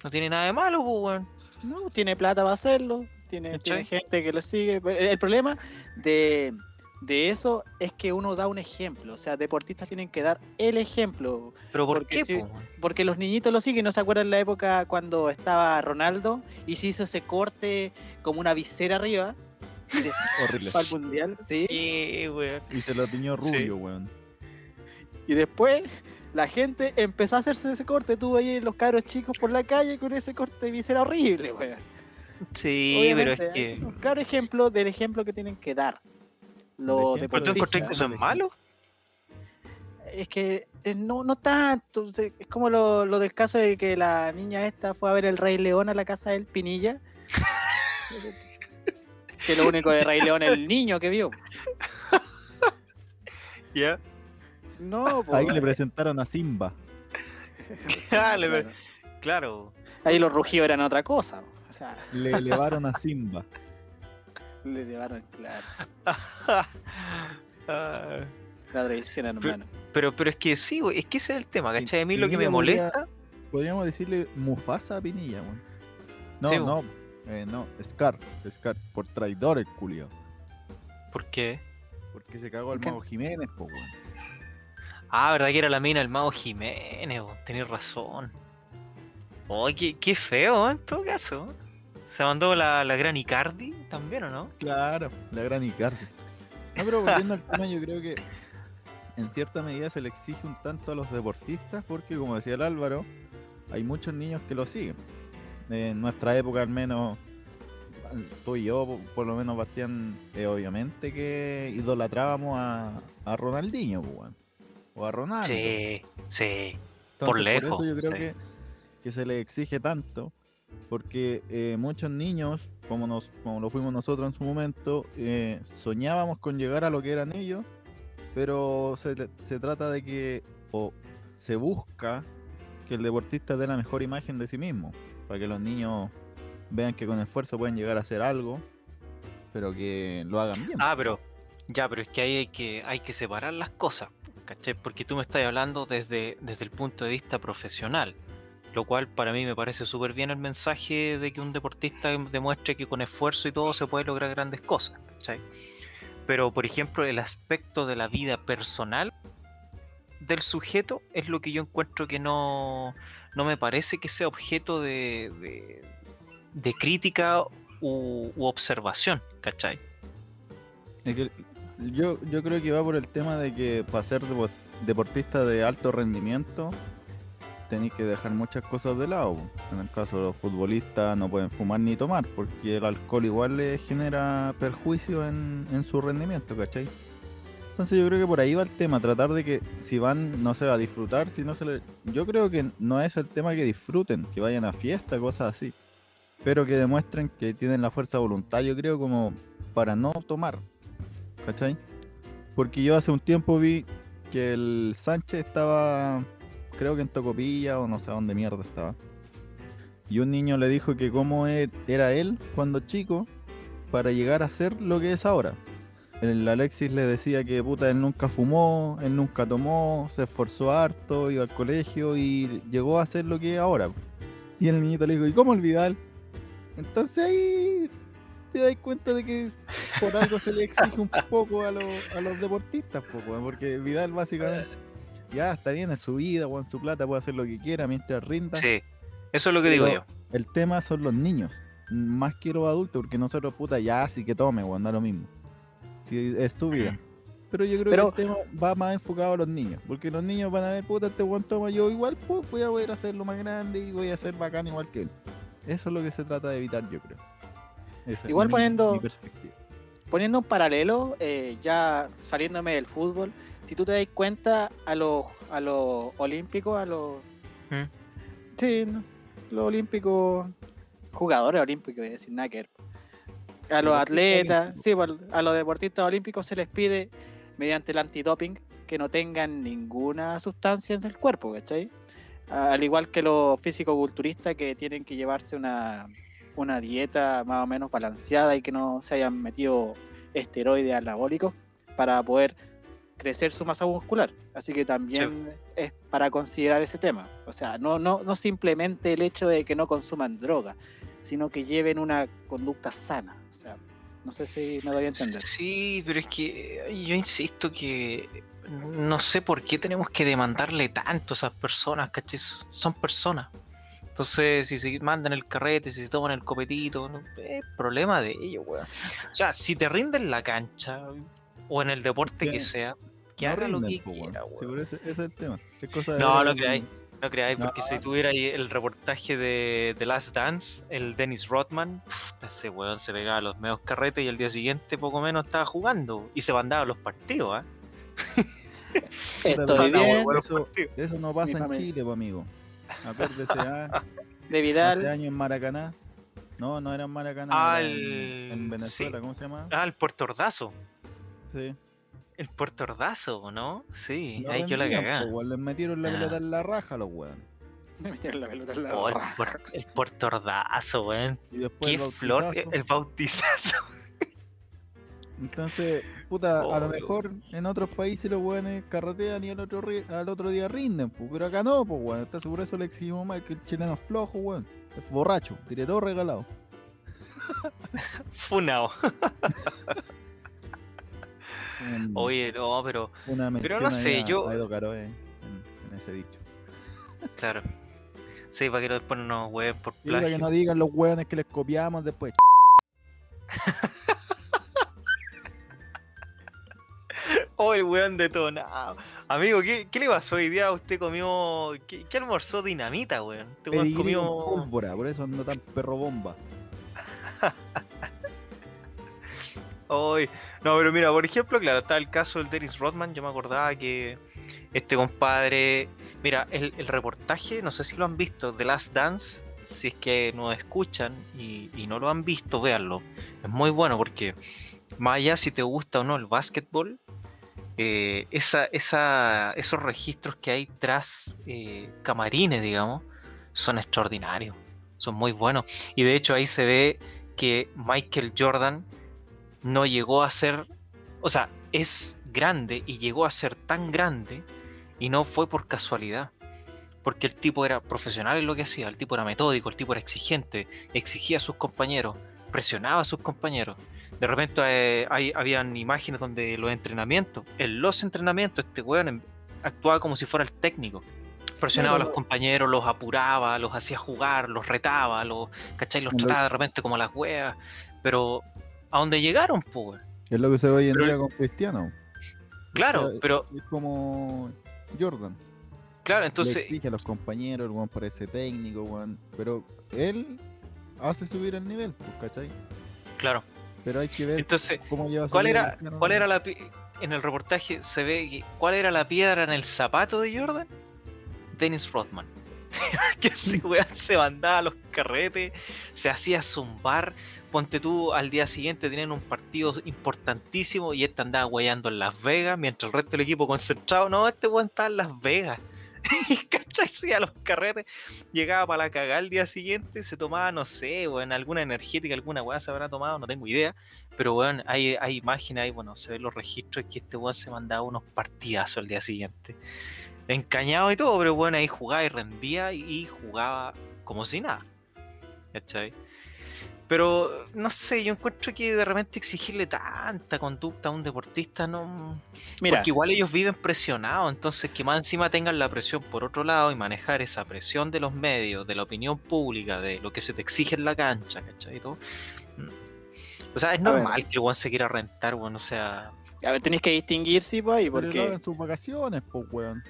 No tiene nada de malo, pues, weón. No, tiene plata para hacerlo, tiene, tiene ¿Cachai? gente que lo sigue. pero El problema de, de eso es que uno da un ejemplo, o sea, deportistas tienen que dar el ejemplo, Pero ¿por Porque qué, sí. pues, weón? porque los niñitos lo siguen, ¿no se acuerdan la época cuando estaba Ronaldo y se hizo ese corte como una visera arriba? Horrible. Para el mundial, sí. Sí, weón. Y se lo tiñó Sí. rubio, weón. Y después la gente empezó a hacerse ese corte. Tú ahí los caros chicos por la calle con ese corte de visera horrible, weón. Sí, pero es Obviamente, que... hay Un claro ejemplo del ejemplo que tienen que dar. Los Del ejemplo ¿Pero tú encontrás que deportistas. eso es malo? Es que eh, no, no tanto. o sea, Es como lo, lo del caso de que la niña esta fue a ver el Rey León a la casa del Pinilla. que lo único de Rey León es el niño que vio. Ya. No, po, Ahí le presentaron a Simba. Dale, pero- Claro. ahí los rugidos eran otra cosa. O sea, Le elevaron a Simba. le llevaron, claro. Ah, La tradición, hermano. pero, pero es que sí, güey, es que ese es el tema, Sí, ¿cachai? A mí lo que me Pinilla podría- molesta, Podríamos decirle Mufasa a Pinilla, weón. No, Sí, no. eh, no, Scar. Scar. Por traidor el culiao. ¿por qué? Porque se cagó al Porque- mago Jiménez, po, weón. Ah, verdad que era la mina del mago Jiménez, vos, tenés razón. Oh, qué, qué feo, ¿eh? en todo caso. Se mandó la, la gran Icardi también, ¿o no? Claro, la gran Icardi. No, pero volviendo al tema, yo creo que en cierta medida se le exige un tanto a los deportistas porque, como decía el Álvaro, hay muchos niños que lo siguen. En nuestra época, al menos, tú y yo, po- por lo menos Bastián, eh, obviamente que idolatrábamos a, a Ronaldinho, po, weón, o a Ah, Ronaldo. Sí, sí. Entonces, lejos, Por eso yo creo sí. que, que se le exige tanto, porque eh, muchos niños, como, nos, como lo fuimos nosotros en su momento, eh, soñábamos con llegar a lo que eran ellos, pero se, tr- se trata de que, o se busca que el deportista dé la mejor imagen de sí mismo. para que los niños vean que con esfuerzo pueden llegar a hacer algo, pero que lo hagan bien. Ah, pero ya, pero es que ahí hay que, hay que separar las cosas, ¿cachai? Porque tú me estás hablando desde, desde el punto de vista profesional, lo cual para mí me parece súper bien el mensaje de que un deportista demuestre que con esfuerzo y todo se puede lograr grandes cosas, ¿cachai? Pero, por ejemplo, el aspecto de la vida personal del sujeto es lo que yo encuentro que no, no me parece que sea objeto de, de, de crítica u, u observación, ¿cachai? Es que yo, yo creo que va por el tema de que para ser depo- deportista de alto rendimiento tenéis que dejar muchas cosas de lado. po. En el caso de los futbolistas no pueden fumar ni tomar porque el alcohol igual les genera perjuicio en, en su rendimiento, ¿cachai? Entonces yo creo que por ahí va el tema, tratar de que si van, no sé, a disfrutar, si no se le... Yo creo que no es el tema que disfruten, que vayan a fiesta, cosas así. Pero que demuestren que tienen la fuerza de voluntad, yo creo, como para no tomar. ¿cachai? Porque yo hace un tiempo vi que el Sánchez estaba, creo que en Tocopilla o no sé dónde mierda estaba. Y un niño le dijo que cómo e- era él cuando chico para llegar a ser lo que es ahora. El Alexis le decía que puta, él nunca fumó, él nunca tomó, se esforzó harto, iba al colegio y llegó a ser lo que es ahora. Y el niñito le dijo, ¿y cómo olvidar? Entonces ahí te das cuenta de que es- por algo se le exige un poco a, los- a los deportistas, po, weón, porque Vidal básicamente ya está bien, es su vida, o en su plata, puede hacer lo que quiera mientras rinda. Sí, eso es lo que digo yo. Pero El tema son los niños, más que los adultos, porque nosotros, puta, ya sí que tome, weón, da lo mismo. Si es su vida. Pero yo creo Pero- que el tema va más enfocado a los niños, porque los niños van a ver, puta, este weón toma, yo igual, pues voy a poder hacerlo más grande y voy a ser bacán igual que él. Eso es lo que se trata de evitar, yo creo. Esa es Igual mi- poniendo- mi perspectiva. poniendo un paralelo, eh, ya saliéndome del fútbol, si tú te das cuenta a los a los olímpicos, a los ¿Mm? sí, no, los olímpicos jugadores olímpicos, es decir, nada que ver. A los Deportistas atletas, olímpicos. sí, pues, a los deportistas olímpicos se les pide mediante el antidoping que no tengan ninguna sustancia en el cuerpo, ¿cachai? A- Al igual que los físico-culturistas que tienen que llevarse una, una dieta más o menos balanceada y que no se hayan metido esteroides anabólicos para poder crecer su masa muscular. Así que también es para considerar ese tema. O sea, no, no, no simplemente el hecho de que no consuman droga, sino que lleven una conducta sana. O sea, no sé si me doy a entender. Sí, pero es que eh, yo insisto que no sé por qué tenemos que demandarle tanto a esas personas, ¿cachai? S- Son personas. Entonces, si se mandan el carrete, si se toman el copetito, no, es problema de ellos, weón. O sea, si te rinden en la cancha o en el deporte que Que sea, que eh, No haga lo rinden, que po, weón. quiera, Sí, weón. pero ese, ese es el tema. Es cosa de No, ver no el- creáis. No creáis, porque si No. tuviera ahí el reportaje de The Last Dance, el Dennis Rodman, pf, ese weón se pegaba los medios carretes y al día siguiente poco menos estaba jugando y se mandaba a los partidos, ¿ah? Puta, Estoy pero bien, bueno, los Eso, partidos. eso no pasa en familia. Chile, pues, amigo. Acuérdese, ah, de hace Vidal. años en Maracaná. No, no era en Maracaná. Ah, era en- el- En Venezuela, sí. ¿cómo se llama? Ah, el Puerto Ordazo. Sí. El Puerto Ordazo, ¿no? Sí, No ahí yo la rendían, cagá. pues, weón, Les metieron la Ah. pelota en la raja a los weones. Me metieron la pelota en la Oh, el, raja. puer- el Puerto Ordazo, weón. Y después Qué el flor, eh, bautizazo. el bautizazo. Entonces, puta, a lo Oh. mejor en otros países los weones carretean y al otro, ri- al otro día rinden, pues, pero acá no, pues, weón. Entonces, por eso le exigimos más que el chileno es flojo, weón. Es borracho, tiene todo regalado. Funao. Un- Oye, no, pero una pero no mención ahí sé, a- yo- a Edo Caroe en, en ese dicho. Claro. Sí, para que después no nos hueven por Y para plagio. que no digan los hueones que les copiamos después. Oh, el weón detonado. Amigo, ¿qué, qué le pasó hoy día? ¿Usted comió. ¿Qué, qué almorzó dinamita, weón? Este weón Pedigrí con comió. pólvora, por eso ando tan perro bomba. Ay, No, pero mira, por ejemplo, claro, está el caso del Dennis Rodman. Yo me acordaba que este compadre. Mira, el, el reportaje, no sé si lo han visto, The Last Dance. Si es que nos escuchan y, y no lo han visto, véanlo. Es muy bueno porque, más allá si te gusta o no el básquetbol, eh, esa, esa- esos registros que hay tras eh, camarines, digamos, son extraordinarios. son muy buenos. Y de hecho ahí se ve que Michael Jordan no llegó a ser, o sea, es grande y llegó a ser tan grande y no fue por casualidad. Porque el tipo era profesional en lo que hacía, el tipo era metódico, el tipo era exigente, exigía a sus compañeros, presionaba a sus compañeros. De repente eh, hay, habían imágenes donde los entrenamientos, en los entrenamientos, este weón en- actuaba como si fuera el técnico. Presionaba a Claro, los lo- compañeros, los apuraba, los hacía jugar, los retaba, los, ¿cachai? los Lo- trataba de repente como las weas. Pero a donde llegaron, pues. Es lo que se ve hoy en Pero- día con Cristiano. Claro, Claro. pero Es como Jordan. claro, le entonces, exige a los compañeros, el weón parece técnico, weón. Pero él hace subir el nivel, pues, ¿cachai? claro. Pero hay que ver Entonces, cómo lleva su ¿cuál vida era, Cristiano cuál era Ronaldo. la pi- en el reportaje se ve que- cuál era la piedra en el zapato de Jordan? Dennis Rodman. que ese weón se mandaba a los carretes, se hacía zumbar. Ponte tú al día siguiente tenían un partido importantísimo y este andaba guayando en Las Vegas, mientras el resto del equipo concentrado, no, este weón estaba en Las Vegas. Y cachai, se iba a los carretes, llegaba para la cagada el día siguiente, se tomaba, no sé, weón, alguna energética, alguna weá se habrá tomado, no tengo idea. Pero weón, hay, hay imágenes ahí, bueno, se ven los registros que este weón se mandaba unos partidazos al día siguiente. Encañado y todo, pero bueno, ahí jugaba y rendía y jugaba como si nada. ¿Cachai? Pero no sé, yo encuentro que de repente exigirle tanta conducta a un deportista no. Mira, Porque igual ellos viven presionados, entonces que más encima tengan la presión por otro lado y manejar esa presión de los medios, de la opinión pública, de lo que se te exige en la cancha, ¿cachai? Y todo. Mm. O sea, es ver. normal que el weón se quiera rentar, weón, o sea. a ver, tenéis que distinguir, sí, pues, ahí, Pero lo haga porque, en sus vacaciones, pues, weón.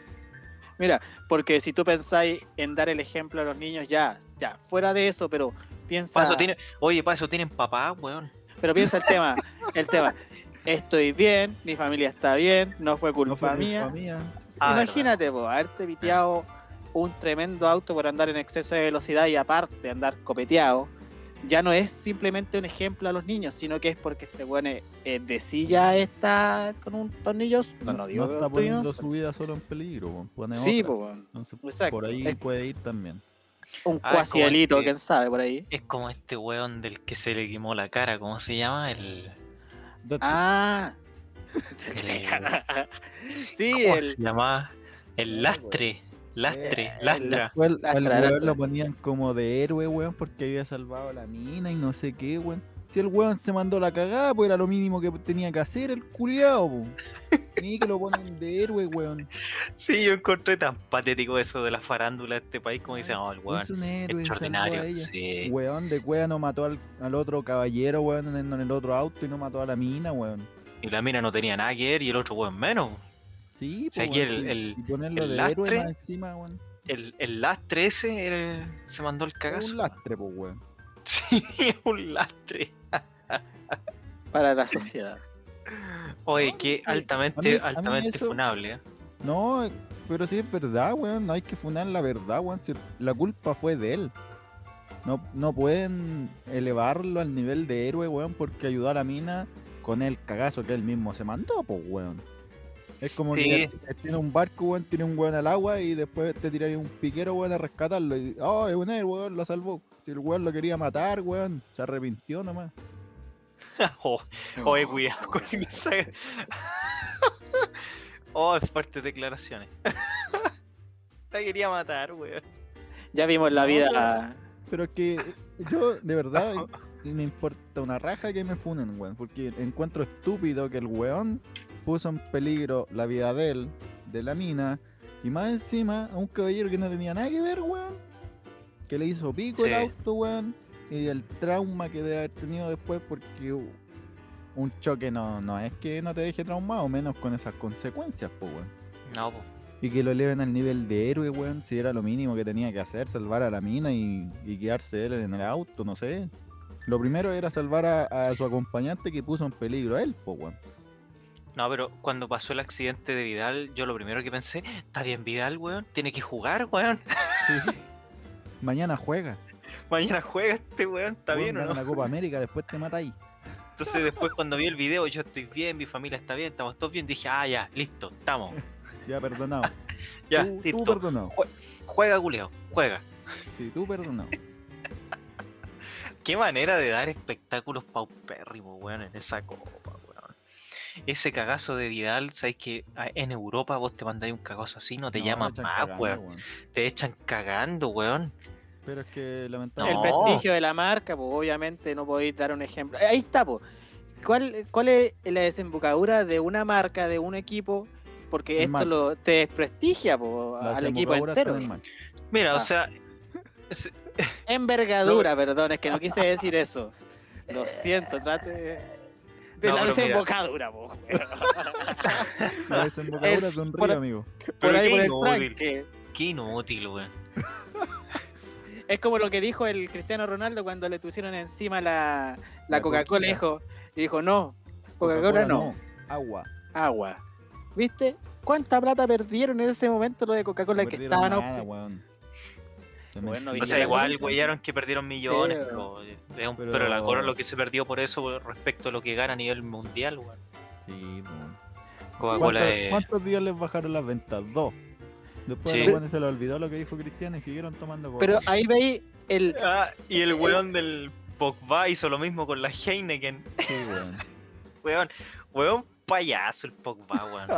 mira, porque si tú pensáis en dar el ejemplo a los niños, ya, ya, fuera de eso, pero piensa, pa' eso tiene, oye, para eso tienen papá, weón. pero piensa el tema, el tema. Estoy bien, mi familia está bien, no fue culpa No fue culpa mía. mía. Ah, Imagínate, po, haberte piteado un tremendo auto por andar en exceso de velocidad y aparte andar copeteado, ya no es simplemente un ejemplo a los niños, sino que es porque este weón es- eh, de silla está con un tornillo. No, no digo no que está estoy poniendo inocente. su vida solo en peligro, weón. Pone Sí, otras. po, weón. Entonces, exacto. por ahí Es- puede ir también. un Ah, es como cuasielito, este- quién sabe, por ahí. Es como este weón del que se le quemó la cara, ¿cómo se llama? El. Date. Ah. El- sí, ¿Cómo el- Eh, se llamaba? El lastre. Lastre, lastra. O el- la o el trara- weón lo ponían como de héroe, weón, porque había salvado a la mina y no sé qué, weón. Si el weón se mandó la cagada, pues era lo mínimo que tenía que hacer el culiao, po. Ni que lo ponen de héroe, weón. Sí, yo encontré tan patético eso de la farándula de este país, como dicen, oh, el weón. es un héroe, salvó a Extraordinario, ella. sí. Weón de cueva no mató al, al otro caballero, weón, en, en el otro auto y no mató a la mina, weón. Y la mina no tenía nada que ver y el otro weón menos. Sí, sea, po, aquí weón, el- sí. el- y ponerlo el de héroe lastre más encima, weón. El, el lastre ese era- se mandó el Es cagazo. un lastre, pues, weón. Sí, un lastre. para la sociedad. Oye, que a mí- altamente, a mí altamente eso- funable. ¿eh? No, pero sí es verdad, weón. No hay que funar la verdad, weón. si la culpa fue de él. No, no pueden elevarlo al nivel de héroe, weón, porque ayudó a la mina con el cagazo que él mismo se mandó, pues, weón. Es como que tiene un barco, weón, tiene un weón al agua y después te tiráis un piquero, weón, a rescatarlo. Y, oh, es un héroe, weón, lo salvó. Si el weón lo quería matar, weón, se arrepintió nomás. Oh, oye, cuidado con esa. oh, fuertes declaraciones. La quería matar, weón. Ya vimos la vida. Pero es que eh, yo, de verdad, y me importa una raja que me funen, weón. Porque encuentro estúpido que el weón puso en peligro la vida de él, de la mina, y más encima a un caballero que no tenía nada que ver, weón. Que le hizo pico Sí. el auto, weón. Y el trauma que debe haber tenido después, porque uh, un choque no, no es que no te deje traumado, menos con esas consecuencias, pues, weón. No, po. Y que lo eleven al nivel de héroe, weón. Si era lo mínimo que tenía que hacer, salvar a la mina y, y quedarse él en el auto, no sé. Lo primero era salvar a, a su acompañante que puso en peligro a él, po, weón. no, pero cuando pasó el accidente de Vidal, yo lo primero que pensé, está bien Vidal, weón, tiene que jugar, weón. Mañana juega. Mañana juega este weón, está weón, bien o gana no. la Copa América, después te mata ahí. Entonces después cuando vi el video, yo estoy bien, mi familia está bien, estamos todos bien, dije, ah, ya, listo, estamos. Ya perdonado. Ya, tú, tú listo. perdonado. Juega, Julio, juega. Sí, tú perdonado. Qué manera de dar espectáculos paupérrimos, weón, en esa copa, weón. Ese cagazo de Vidal, sabes que en Europa vos te mandáis un cagazo así, no te No, llaman echan más, cagando, weón. weón. Te echan cagando, weón. Pero es que El lamentablemente. No. prestigio de la marca, pues obviamente no podéis dar un ejemplo. Ahí está, pues. ¿Cuál, ¿Cuál es la desembocadura de una marca, de un equipo? Porque El esto mal. lo, te desprestigia po, la al equipo desembocadura entero. está en mal. Mira, o Ah. sea, Envergadura, perdón, es que no quise decir eso. Lo siento, trate de- de No, la pero mira. desembocadura, po. La desembocadura de un por- río, amigo. Por Pero ahí qué por el inútil. tranque. qué inútil, weón. Es como lo que dijo el Cristiano Ronaldo cuando le pusieron encima la, la La Coca-Cola, coquita. dijo, y dijo, no, Coca-Cola Coca-Cola no, Agua. agua. ¿Viste? ¿Cuánta plata perdieron en ese momento lo de Coca-Cola No que perdieron estaban nada, op- weón. Se Bueno, mezclaron. y O sea, la igual cosa- huellaron que perdieron millones, pero, eh, es un- pero la Pero- corona lo que se perdió por eso respecto a lo que gana a nivel mundial, weón. Sí, weón. Coca-Cola ¿Cuántos- es- ¿Cuántos días les bajaron las ventas? Dos. Después Sí. a los buenos se les olvidó lo que dijo Cristiano y siguieron tomando coca. Pero ahí veis el... Ah, y el weón del Pogba hizo lo mismo con la Heineken. Sí, weón. Weón, weón payaso el Pogba, weón.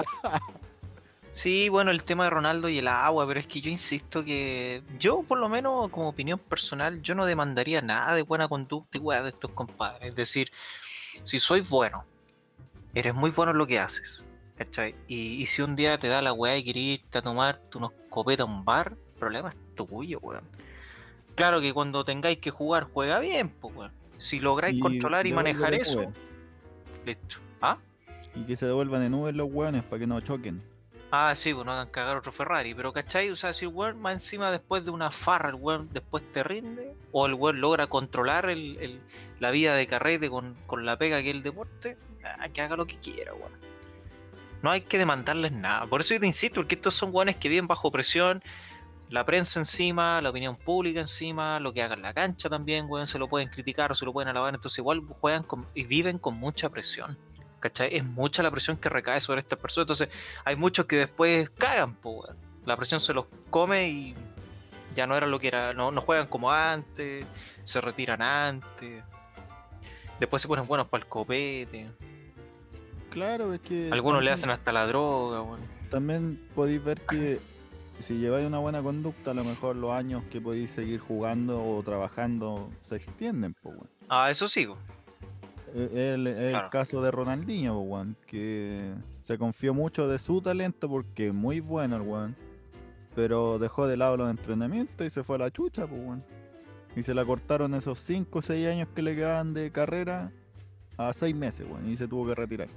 Sí, bueno, el tema de Ronaldo y el agua, pero es que yo insisto que yo, por lo menos, como opinión personal, yo no demandaría nada de buena conducta y weá de estos compadres. Es decir, si soy bueno, eres muy bueno en lo que haces, ¿cachai? Y, y si un día te da la weá y querés irte a tomarte unos copetas a un bar, el problema es tuyo, weón. Claro que cuando tengáis que jugar, juega bien, pues, weón. Si lográis Y controlar y devuélvete manejar en eso, Uber. Listo. ¿Ah? Y que se devuelvan en Uber los weones para que no choquen. Ah, sí, pues no hagan cagar otro Ferrari. Pero, ¿cachai? O sea, si el weón más encima después de una farra, el weón después te rinde, o el weón logra controlar el, el- la vida de carrete con, con la pega que es el deporte, ah, que haga lo que quiera, weón. No hay que demandarles nada. Por eso yo te insisto, porque estos son weones que viven bajo presión, la prensa encima, la opinión pública encima, lo que haga en la cancha también, weón, se lo pueden criticar o se lo pueden alabar. Entonces, igual juegan con- y viven con mucha presión. ¿Cachai? Es mucha la presión que recae sobre estas personas. Entonces, hay muchos que después cagan, po, weón. La presión se los come y ya no era lo que era, no, no juegan como antes, se retiran antes, después se ponen buenos para el copete, Claro, es que. algunos le también- hacen hasta la droga, weón. También podéis ver que si lleváis una buena conducta, a lo mejor los años que podéis seguir jugando o trabajando se extienden, pues, weón. Ah, eso sí, po. Es el, es el Claro. caso de Ronaldinho, po, weón, que se confió mucho de su talento porque es muy bueno el weón. Pero dejó de lado los entrenamientos y se fue a la chucha, pues weón. Y se la cortaron esos 5 o 6 años que le quedaban de carrera a 6 meses, weón. Y se tuvo que retirar.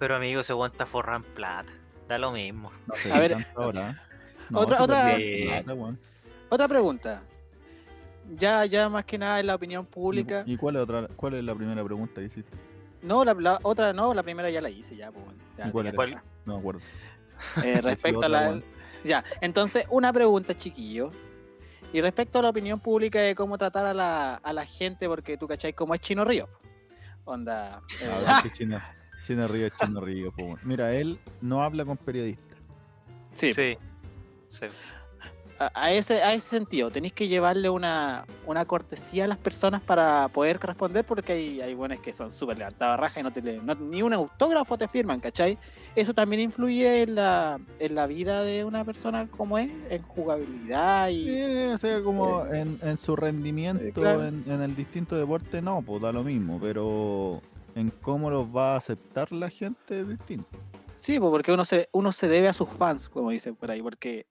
pero amigo, se aguanta forran plata, da lo mismo. No sé, A ver, tanto ahora, ¿eh? No, otra- se otra- perdió Sí. plata, weón. Otra pregunta. Ya, ya más que nada en la opinión ¿Y, pública. y cuál, es otra, cuál es la primera pregunta que hiciste? No, la, la otra no, la primera ya la hice ya, pues, bueno, ya, ¿Y cuál ya era? está. No me acuerdo. Eh, respecto a otra, la. weón. Ya, entonces, una pregunta, chiquillo. Y respecto a la opinión pública de cómo tratar a la, a la gente, porque tú cachai cómo es Chino Río. Onda. eh, Ah, ah, que Chino, Chino Río es Chino Río, po, weón. Mira, él no habla con periodistas. sí, sí. sí. A, a ese, a ese sentido, tenéis que llevarle una, una cortesía a las personas para poder responder, porque hay, hay buenas que son súper levantadas a raja y no te leen, no- ni un autógrafo te firman, ¿cachai? Eso también influye en la, en la vida de una persona como es, en jugabilidad y. Eh, o sea, como en, en su rendimiento claro. en, en el distinto deporte, no, pues da lo mismo, pero en cómo los va a aceptar la gente es distinto. Sí, pues, porque uno se, uno se debe a sus fans, como dicen por ahí, porque,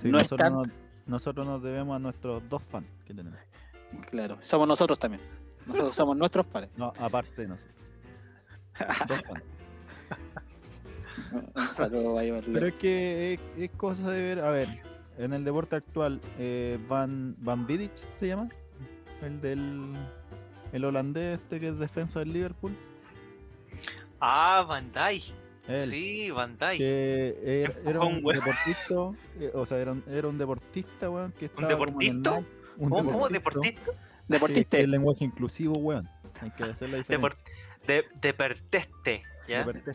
Sí, No es nosotros, tanto. nos, nosotros nos debemos a nuestros dos fans que tenemos. claro, somos nosotros también. Nosotros somos nuestros fans. No, aparte de nosotros. Dos fans. Un saludo ahí, Marlene. Pero es que es, es cosa de ver, a ver, en el deporte actual, eh, Van, Van Vidic se llama, el del el holandés este que es defensa del Liverpool. Ah, Bandai. Él. Sí, Bandai. que era, Empujó era un un weón. deportista, eh, o sea, era un, era un deportista, weón, que estaba como en el deportista? mal, un ¿Cómo, cómo? ¿Deportista? Deportista. Sí, el lenguaje inclusivo, weón. Hay que hacer la Depor- diferencia. de- Deporteste, ¿ya? Deportista.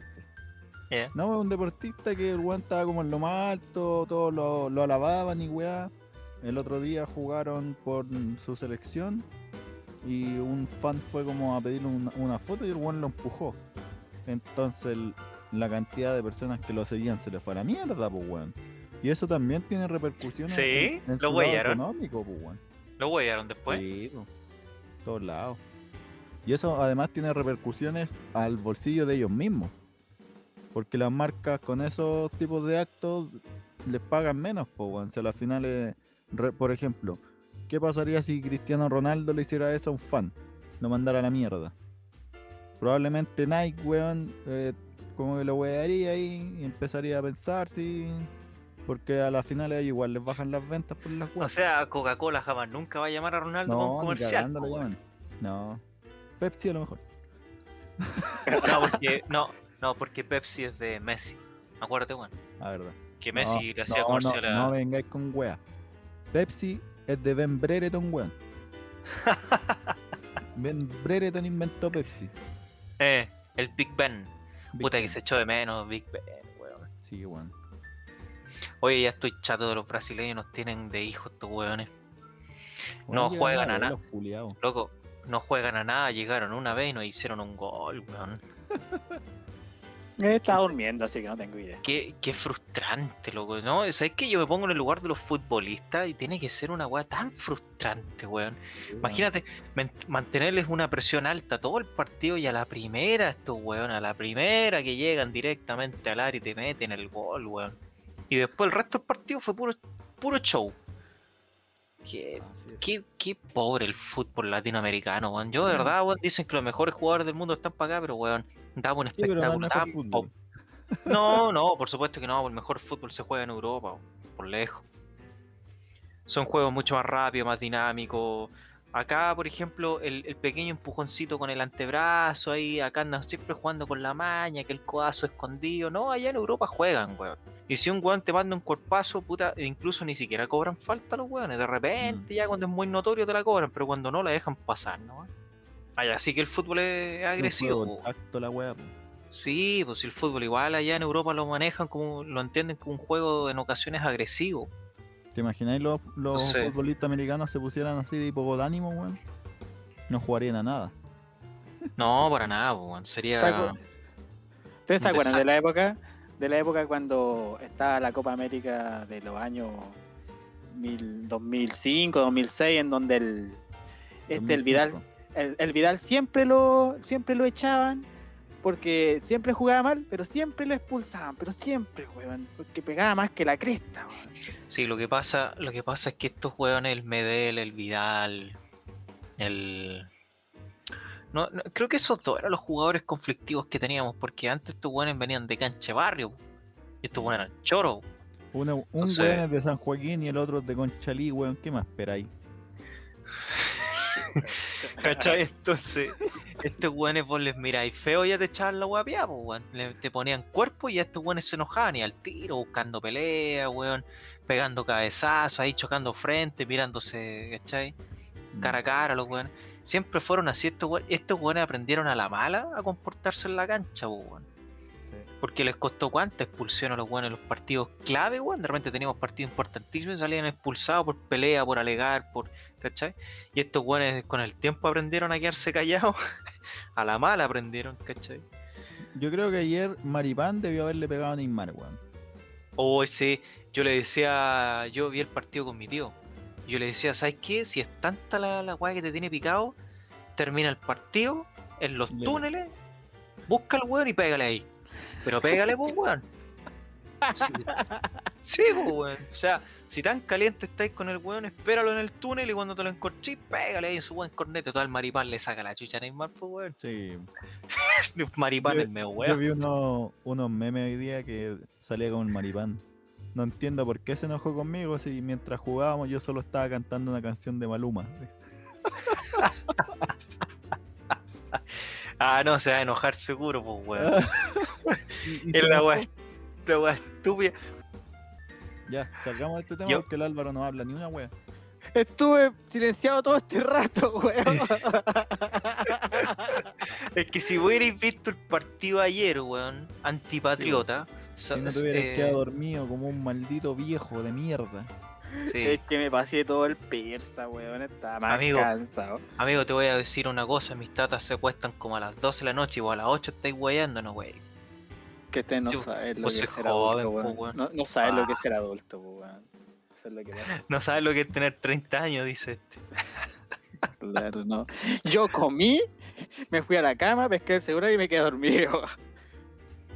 Ya. No, un deportista que el weón estaba como en lo más alto, todos lo, lo alababan y weá. El otro día jugaron por su selección y un fan fue como a pedirle una, una foto y el weón lo empujó. Entonces el- la cantidad de personas que lo seguían se le fue a la mierda, pues weón. Y eso también tiene repercusiones Sí, en, en lo su lado huellaron. económico, pues weón. Lo huellaron después. Sí, po. todos lados. Y eso además tiene repercusiones al bolsillo de ellos mismos. Porque las marcas con esos tipos de actos les pagan menos, po, weón. Si a las finales, re- por ejemplo, ¿qué pasaría si Cristiano Ronaldo le hiciera eso a un fan? Lo mandara a la mierda. Probablemente Nike, weón, eh, como que lo wearía y y empezaría a pensar si. Porque a las finales igual les bajan las ventas por las O weas. sea, Coca-Cola jamás nunca va a llamar a Ronaldo para un ni comercial. cagando po, lo weón. llaman. No. Pepsi a lo mejor. No porque, no, no, porque Pepsi es de Messi. Acuérdate, weón. La verdad. Que Messi No, le hacía no, comercial no, a. no vengáis con wea. Pepsi es de Ben Brereton, weón. ben Brereton inventó Pepsi. Eh, el Big Ben. Big Puta que Ben. se echó de menos, Big Ben, weón. Sí, weón. Oye, ya estoy chato de los brasileños, nos tienen de hijos estos weones. No Oye, juegan ganador, a nada. los culiados. Loco, no juegan a nada, llegaron una vez y nos hicieron un gol, weón. Eh, Estaba durmiendo, así que no tengo idea. Qué, qué frustrante, loco, ¿no? ¿Sabes que Yo me pongo en el lugar de los futbolistas y tiene que ser una weá tan frustrante, weón. Imagínate men- mantenerles una presión alta todo el partido y a la primera, estos weón, a la primera que llegan directamente al área y te meten el gol, weón. Y después el resto del partido fue puro, puro show. Qué, Así es. qué, qué pobre el fútbol latinoamericano, weón. Yo Mm. de verdad, weón, dicen que los mejores jugadores del mundo están para acá, pero weón, daba un Sí, pero no es espectáculo mejor tan fútbol. no, no, por supuesto que no. El mejor fútbol se juega en Europa, por lejos. Son juegos mucho más rápidos, más dinámicos. Acá, por ejemplo, el, el pequeño empujoncito con el antebrazo, ahí acá andan siempre jugando con la maña, que el codazo escondido. No, allá en Europa juegan, weón. Y si un weón te manda un corpazo, puta, incluso ni siquiera cobran falta los weones. De repente, ya cuando es muy notorio, te la cobran, pero cuando no, la dejan pasar, ¿no? Allá sí que el fútbol es agresivo. po. Acto la wea. po. Sí, pues el fútbol igual allá en Europa lo manejan como, lo entienden como un juego en ocasiones agresivo. ¿Te imagináis los, los sé. futbolistas americanos se pusieran así de poco de ánimo, weón? No jugarían a nada. No, para nada, po, weón. sería Saco- ¿Ustedes se Un acuerdan de la época? De la época cuando estaba la Copa América de los años mil- 2005, 2006, en donde el, este, el, Vidal, 2005. el, el Vidal siempre lo, siempre lo echaban porque siempre jugaba mal, pero siempre lo expulsaban, pero siempre, weón, porque pegaba más que la cresta, weón. Sí, lo que pasa, lo que pasa es que estos hueones, el Medel, el Vidal, el no, no, creo que esos dos eran los jugadores conflictivos que teníamos, porque antes estos hueones venían de canche barrio, po, y estos hueones eran choros. po. Uno- un Entonces- weón es de San Joaquín y el otro es de Conchalí, weón. ¿Qué más esperáis? ¿Cachai? Entonces, estos weones vos les miráis feo y ya te echaban la guapia, weón. Le- te ponían cuerpo y a estos weones se enojaban y al tiro, buscando pelea, weón, pegando cabezazos, ahí chocando frente, mirándose, ¿cachai? Mm. Cara a cara, los weones. Siempre fueron así estos weones. Estos weones aprendieron a la mala a comportarse en la cancha, po, weón. Porque les costó cuánta expulsión a los weones en los partidos clave, weón. De repente teníamos partidos importantísimos y salían expulsados por pelea, por alegar, por. ¿cachai? Y estos weones con el tiempo aprendieron a quedarse callados. a la mala aprendieron, ¿cachai? Yo creo que ayer Maripán debió haberle pegado a Neymar, weón. Hoy sí, yo le decía, yo vi el partido con mi tío. Yo le decía, ¿sabes qué? Si es tanta la, la weá que te tiene picado, termina el partido en los Dele. túneles, busca al weón y pégale ahí. Pero pégale, pues, weón. Sí, Sí, pues, weón. O sea, si tan caliente estáis con el weón, espéralo en el túnel y cuando te lo encorchís, pégale ahí en su buen cornete. Total, Maripán le saca la chucha a Neymar, pues, weón. Sí. Maripán Yo- es medio Yo weón. vi uno- unos memes hoy día que salía con Maripán. No entiendo por qué se enojó conmigo si mientras jugábamos yo solo estaba cantando una canción de Maluma. Ah, no, se va a enojar seguro, pues, weón. Y- y Es se la enojó. weá la weá estúpida. Ya, salgamos de este tema Yo- porque el Álvaro no habla ni una wea. Estuve silenciado todo este rato, weón. Es que si hubierais visto el partido ayer, weón, antipatriota. eh, Si no te hubieras quedado dormido como un maldito viejo de mierda. Sí. Es que me pasé todo el persa, weón. Estaba más Amigo. cansado. Amigo, te voy a decir una cosa, mis tatas se cuestan como a las 12 de la noche y vos a las 8 estáis guayándonos, güey. Que ustedes no Yo- saben lo vos que sois es ser joven, adulto, po, weón. weón. Ah. No, no saben lo que es ser adulto, po, weón. Eso es lo que pasa. No sabes lo que es tener 30 años, dice este. Claro, no. Yo comí, me fui a la cama, pesqué el seguro y me quedé dormido.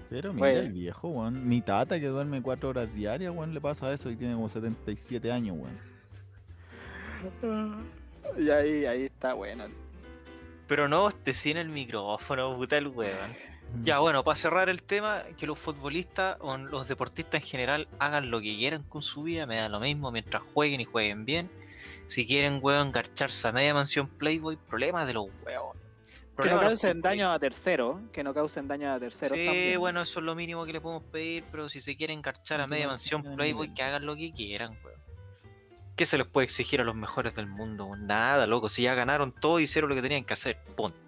Pero mira Bueno. el viejo, weón. Mi tata que duerme cuatro horas diarias, weón, le pasa eso y tiene como 77 años, weón. Y ahí, ahí está bueno. Pero no sin el micrófono, puta el weón. Mm. Ya, bueno, para cerrar el tema, que los futbolistas o los deportistas en general hagan lo que quieran con su vida, me da lo mismo mientras jueguen y jueguen bien. Si quieren, weón, garcharse a media mansión Playboy, problemas de los weón. Que no causen daño a tercero. Que no causen daño a tercero. Sí, bueno, eso es lo mínimo que le podemos pedir, pero si se quieren garchar a Última media mansión oportunidad de Playboy, nivel. que hagan lo que quieran, weón. ¿Qué se les puede exigir a los mejores del mundo? weón? Nada, loco. Si ya ganaron todo, hicieron lo que tenían que hacer. Punto.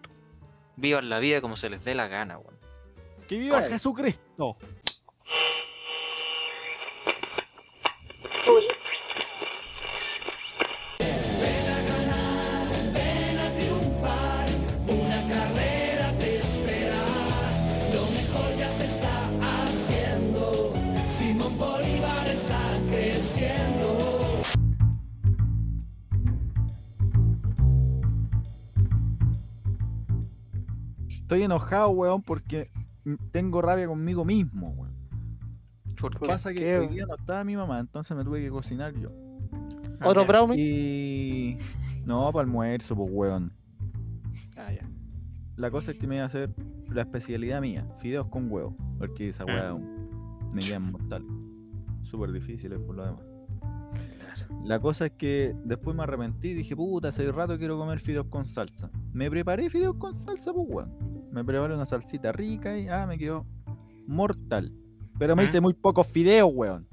Vivan la vida como se les dé la gana, weón. ¡Que viva Ay. Jesucristo! Estoy enojado, weón, porque m- tengo rabia conmigo mismo, weón. ¿Por Pasa qué, que hoy weón? día no estaba mi mamá, entonces me tuve que cocinar yo. ¿Otro brownie? Y. No, para almuerzo, pues, weón. Ah, ya. La cosa es que me iba a hacer la especialidad mía: fideos con huevo. Porque Ah. esa weá es un- una idea mortal. Súper difícil, es por lo demás. La cosa es que después me arrepentí y dije, puta, hace rato quiero comer fideos con salsa. Me preparé fideos con salsa, pues, weón. Me preparé una salsita rica y, ah, me quedó mortal. Pero me ¿Eh? ¿Mm? hice muy pocos fideos, weón.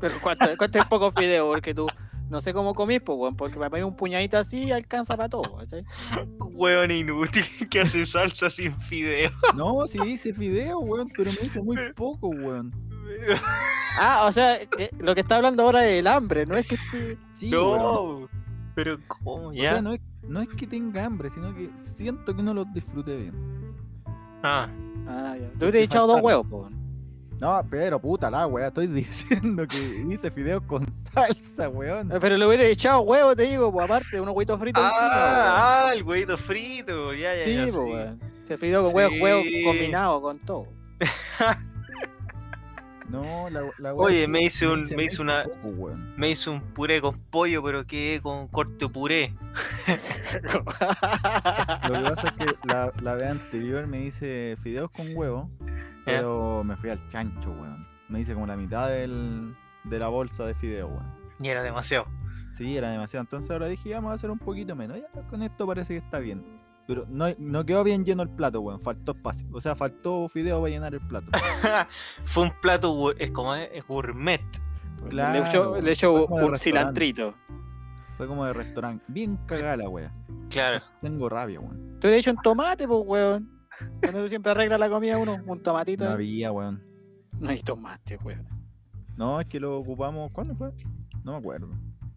Pero cuánto, cuánto es poco fideo, porque tú no sé cómo comís, pues, weón, porque para mí un puñadito así alcanza para todo, ¿cachai? Weón inútil que hace salsa sin fideo. No, sí hice fideos, weón, pero me hice muy poco, weón. Ah, o sea, que lo que está hablando ahora es el hambre, no es que esté- Sí, weón. No, pero ¿cómo? O Ya. sea, no es, no es que tenga hambre, sino que siento que no los disfruté bien. Ah, Ah, ya. Te hubiera echado dos faltaron. huevos, pues. weón. No, pero puta la weá, estoy diciendo que hice fideos con salsa, weón. Eh, Pero le hubiera echado huevos, te digo, pues aparte, unos huevitos fritos encima, ah, el huevito frito. Ya, ya, weón. Sí, ya. pues, weón. Se fritó con huevos, huevos Sí. combinados con todo. No, la, la Oye, es que me hice un- me muy hice una- poco, weón. Me hice un puré con pollo, pero quedé con corte puré. Lo que pasa es que la, la vez anterior me hice fideos con huevo, pero me fui al chancho, weón. Me hice como la mitad del, de la bolsa de fideos, weón. Y era demasiado. Sí, era demasiado. Entonces ahora dije, ya, vamos a hacer un poquito menos. Ya, pues, con esto parece que está bien. Pero no, no quedó bien lleno el plato, weón. Faltó espacio. O sea, faltó fideo para llenar el plato. Fue un plato gu- es como eh, es, es gourmet. Pues, le echó, weón. le echó Fue como de un restaurante, cilantrito. Fue como de restaurante. Bien cagada la wea. Claro. Entonces Tengo rabia, weón. Te hubiera hecho un tomate, pues, weón. Con eso siempre arregla la comida uno, un tomatito. No ahí. había, weón. No hay tomate, weón. No, es que lo ocupamos. ¿Cuándo fue? No me acuerdo.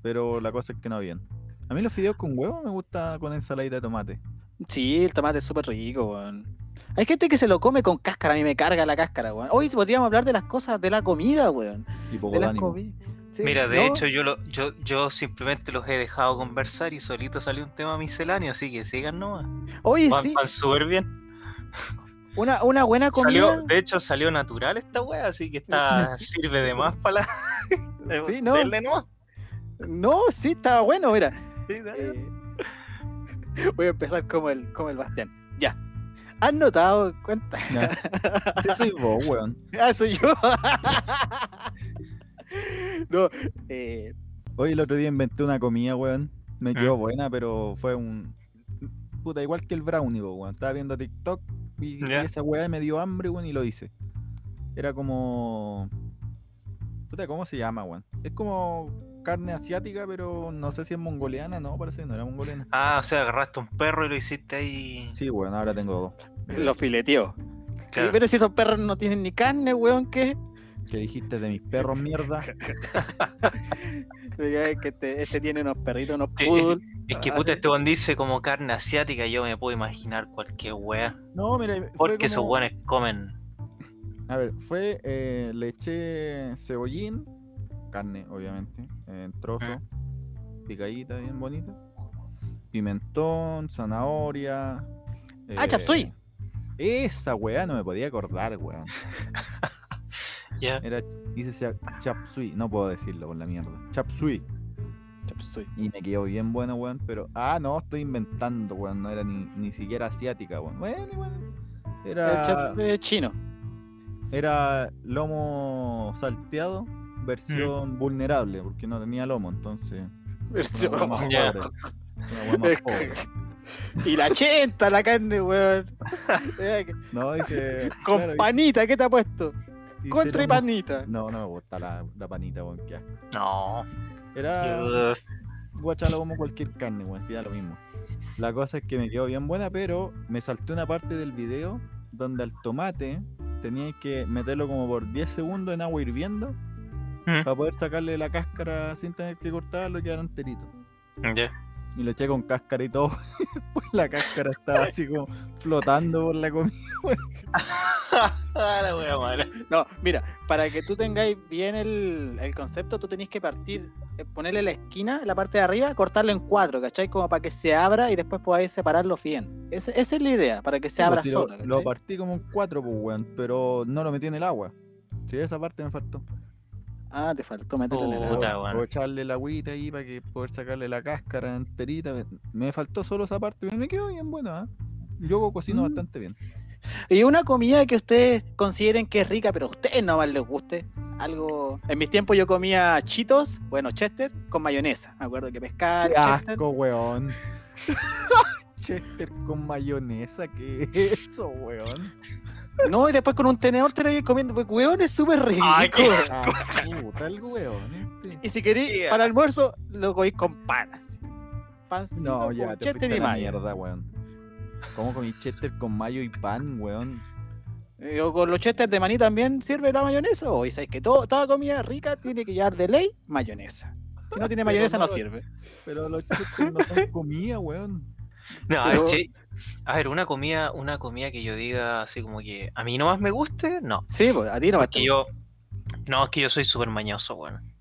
Pero la cosa es que no habían. A mí los fideos con huevo me gusta con ensaladita de tomate. Sí, el tomate es súper rico, weón. Hay gente que se lo come con cáscara, a mí me carga la cáscara, weón. Hoy podríamos hablar de las cosas de la comida, weón. Y De poco las ánimo. comidas. Sí, Mira, de ¿no? hecho, yo, lo, yo, yo simplemente los he dejado conversar y solito salió un tema misceláneo, así que sigan nomás. Oye, Van, sí, van súper bien. una, una buena comida. Salió, de hecho, salió natural esta wea, así que está, sirve de más para la. Sí, no. Denle nomás. No, sí, estaba bueno, mira. Sí, dale. Eh, Voy a empezar como el, como el Bastián. Ya. ¿Has notado? Cuenta. Sí, soy vos, weón. Ah, soy yo. no, eh, Hoy el otro día inventé una comida, weón. Me Ah. quedó buena, pero fue un. Puta, igual que el brownie, po, weón. Estaba viendo TikTok y, y Ya. esa weá me dio hambre, weón, y lo hice. Era como. Puta, ¿cómo se llama, weón? Es como carne asiática, pero no sé si es mongoliana, no, parece que no era mongoliana. Ah, o sea, agarraste un perro y lo hiciste ahí. Sí, weón, ahora tengo dos. lo fileteó. Sí, Claro. pero si esos perros no tienen ni carne, weón, ¿qué? que dijiste de mis perros mierda. Es que este, este tiene unos perritos, unos Es- poodle. Es que Ah, puta, sí. este buen dice como carne asiática, yo me puedo imaginar cualquier wea. No, mira, fue Porque esos como- weones comen. A ver, fue, eh, le eché cebollín, carne obviamente, en trozo, picadita, bien bonita, pimentón, zanahoria. eh, Ah, chapsui. Esa weá no me podía acordar, weón. Ya. Era, hice cha- chapsui, no puedo decirlo por la mierda. Chapsui. Chapsui. Y me quedó bien bueno, weón, pero... Ah, no, estoy inventando, weón, no era ni, ni siquiera asiática, weón. Bueno, igual, El Era... chapsui es chino. Era lomo salteado, versión vulnerable, porque no tenía lomo, entonces. Versión- una hueá más Ya. pobre, una hueá más pobre. Y la chenta, la carne, weón. Eh, No, dice. Con claro, dice- panita, ¿qué te ha puesto? dice Contra y lomo- panita. No, no me gusta la, la panita, weón, qué asco. No. Era Ah. Ugh. guachala como cualquier carne, weón, hacía lo mismo. La cosa es que me quedó bien buena, pero me salté una parte del video donde al tomate tenía que meterlo como por 10 segundos en agua hirviendo Mm. para poder sacarle la cáscara sin tener que cortarlo y quedar enterito. Ya. Y lo eché con cáscara y todo. pues la cáscara estaba así como flotando por la comida. la wea mala. No, mira, para que tú tengáis bien el, el concepto, tú tenéis que partir, eh, ponerle la esquina, la parte de arriba, cortarlo en cuatro, ¿cachai? Como para que se abra y después podáis separarlo bien. Ese- esa es la idea, para que se abra Pues Sí, sola. lo, lo ¿cachai? partí como en cuatro, pues, weón, pero no lo metí en el agua. Sí, esa parte me faltó. Ah, te faltó meterlo en el agua. Puta, O- weón. O echarle la agüita ahí para que poder sacarle la cáscara enterita. Me, me faltó solo esa parte, pero me quedó bien buena. ¿eh? Yo cocino Mm. bastante bien. Y una comida que ustedes consideren que es rica, pero a ustedes nomás les guste. Algo. En mis tiempos yo comía chitos, bueno, chester, con mayonesa. Me acuerdo que pescar, ¡Qué Ah, chester. asco, weón! Chester con mayonesa, ¿qué es eso, weón? No, y después con un tenedor te lo ibas comiendo. Pues, weón, es súper rico. Ay, qué- Ah, puta, el weón este. Y si queréis, Yeah. para almuerzo, lo cogéis con panas. Pancito No, ya, con te chester fuiste y a la mayo. mierda, weón. ¿Cómo comí chester con mayo y pan, weón? Eh, O con los chester de maní también sirve la mayonesa. O y sabéis que todo, toda comida rica tiene que llevar de ley mayonesa. Si no tiene Pero mayonesa, no no- sirve. Pero los chester no son comida, weón. No, a Pero- ver, che, a ver, una comida, una comida que yo diga así como que a mí nomás me guste, no. Sí, pues, a ti no va a Que yo. No, es que yo soy súper mañoso, weón.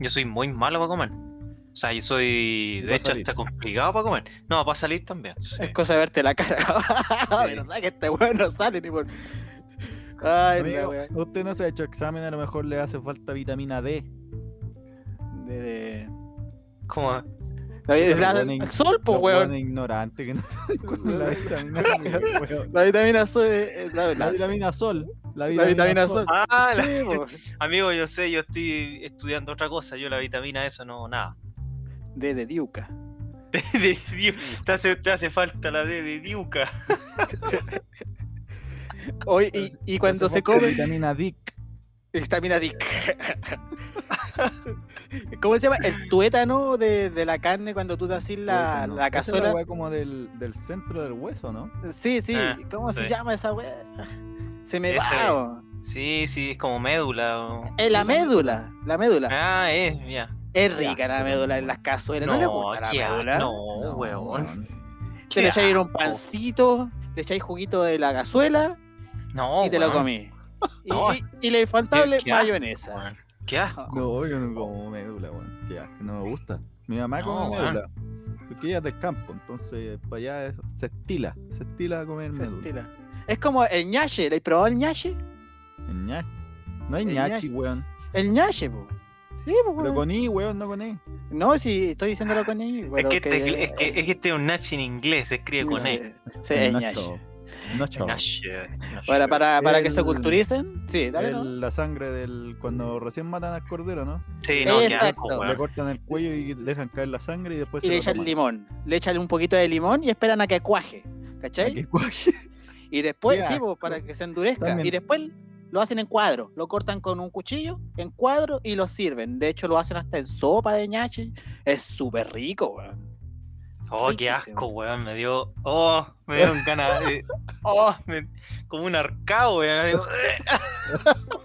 Yo soy muy malo para comer. O sea, yo soy, Pa' de hecho, salir. hasta complicado para comer. No, para salir también. sí. Es cosa de verte la cara. ¿Verdad que este weón no sale ni por. Ay, Amigo, la weá. usted no se ha hecho examen, a lo mejor le hace falta vitamina D. De- de- Como, la- Los la- weones- el sol, pues, los weón. weones ignorantes que no saben cuál es la vitamina D, weón. La vitamina sol. eh, La, La la- vitamina sol. La la vitamina, vitamina sol. sol. Ah, la- Sí, pues, po. amigo, yo sé, yo estoy estudiando otra cosa. Yo la vitamina esa no, nada. De, de Diuca. De- de- te, hace, te hace falta la D de Diuca. Hoy, y, y cuando se come. Vitamina Dick. Vitamina Dick. ¿Cómo se llama? El tuétano de, de la carne cuando tú te haces la, Puta, no. Esa la es cazuela. weá como del, del centro del hueso, ¿no? Sí, sí. Ah, ¿Cómo se sí. llama esa weá? Se me Ese- va. bo. Sí, sí, es como médula. o- Es la médula. La médula. Ah, es, ya. Es Qué rica la asco, médula weón. en las cazuelas. No, le gusta la qué a- médula. No, weón. Te le echáis un asco. pancito, le echáis juguito de la cazuela No, y te lo weón, comí. Y, No. y, y la infantable Qué- qué asco, mayonesa. weón. Qué asco. No, yo no como médula, weón. Qué asco, no me gusta. Mi mamá No, come weón. médula. Porque ella es del campo, entonces para allá es- se estila. Se estila a comer Se médula. estila. Es como el ñache. ¿Le has probado el ñache? El ñachi. No hay El ñachi, ñachi. weón. El ñache, po. Sí, po. Pero weón. con I, weón, no con E. No, sí, estoy diciéndolo con él. Es pero eh, que, este, es, que, es que este es un Nash en inglés, se escribe con sí, E. Sí, es Nacho. ñache. Nacho. Nash. Para, para, para que se El- culturicen, sí, dale, ¿no? El- la sangre del. Cuando recién matan al cordero, ¿no? Sí, no, qué Exacto. asco, Le weón. cortan el cuello y dejan caer la sangre y después Y se le lo echan toman. limón. Le echan un poquito de limón y esperan a que cuaje. Ah, ¿Cachai? qué guay. Y después, Qué sí, pues, para que se endurezca. También. Y después lo hacen en cuadro. Lo cortan con un cuchillo en cuadro y lo sirven. De hecho, lo hacen hasta en sopa de ñache. Es súper rico, weón. Oh, qué Riquísimo. asco, weón. Me dio. Oh, me dio un ganas de. Oh, me- como un arcado, weón. así como-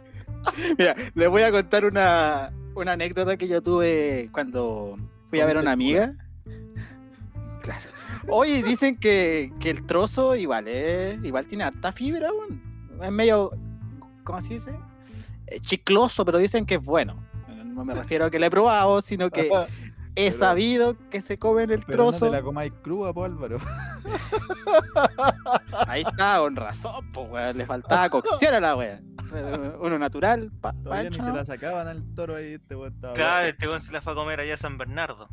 Mira, les voy a contar una, una anécdota que yo tuve cuando fui a ver a una amiga. Claro. Oye, dicen que, que el trozo igual es, igual tiene harta fibra, weón. Es medio, ¿cómo se dice? Eh, Chicloso, pero dicen que es bueno. No me refiero a que lo he probado, sino que he Pero- sabido que se comen el Pero no trozo. te la comáis cruda, po, Álvaro. Ahí está, con razón, po, weón. Le faltaba cocción a la wea. Uno natural, pa, Todavía ni pancho, se ¿no? la sacaban al toro ahí, este weón estaba- Claro, este weón se la fue a comer allá a San Bernardo.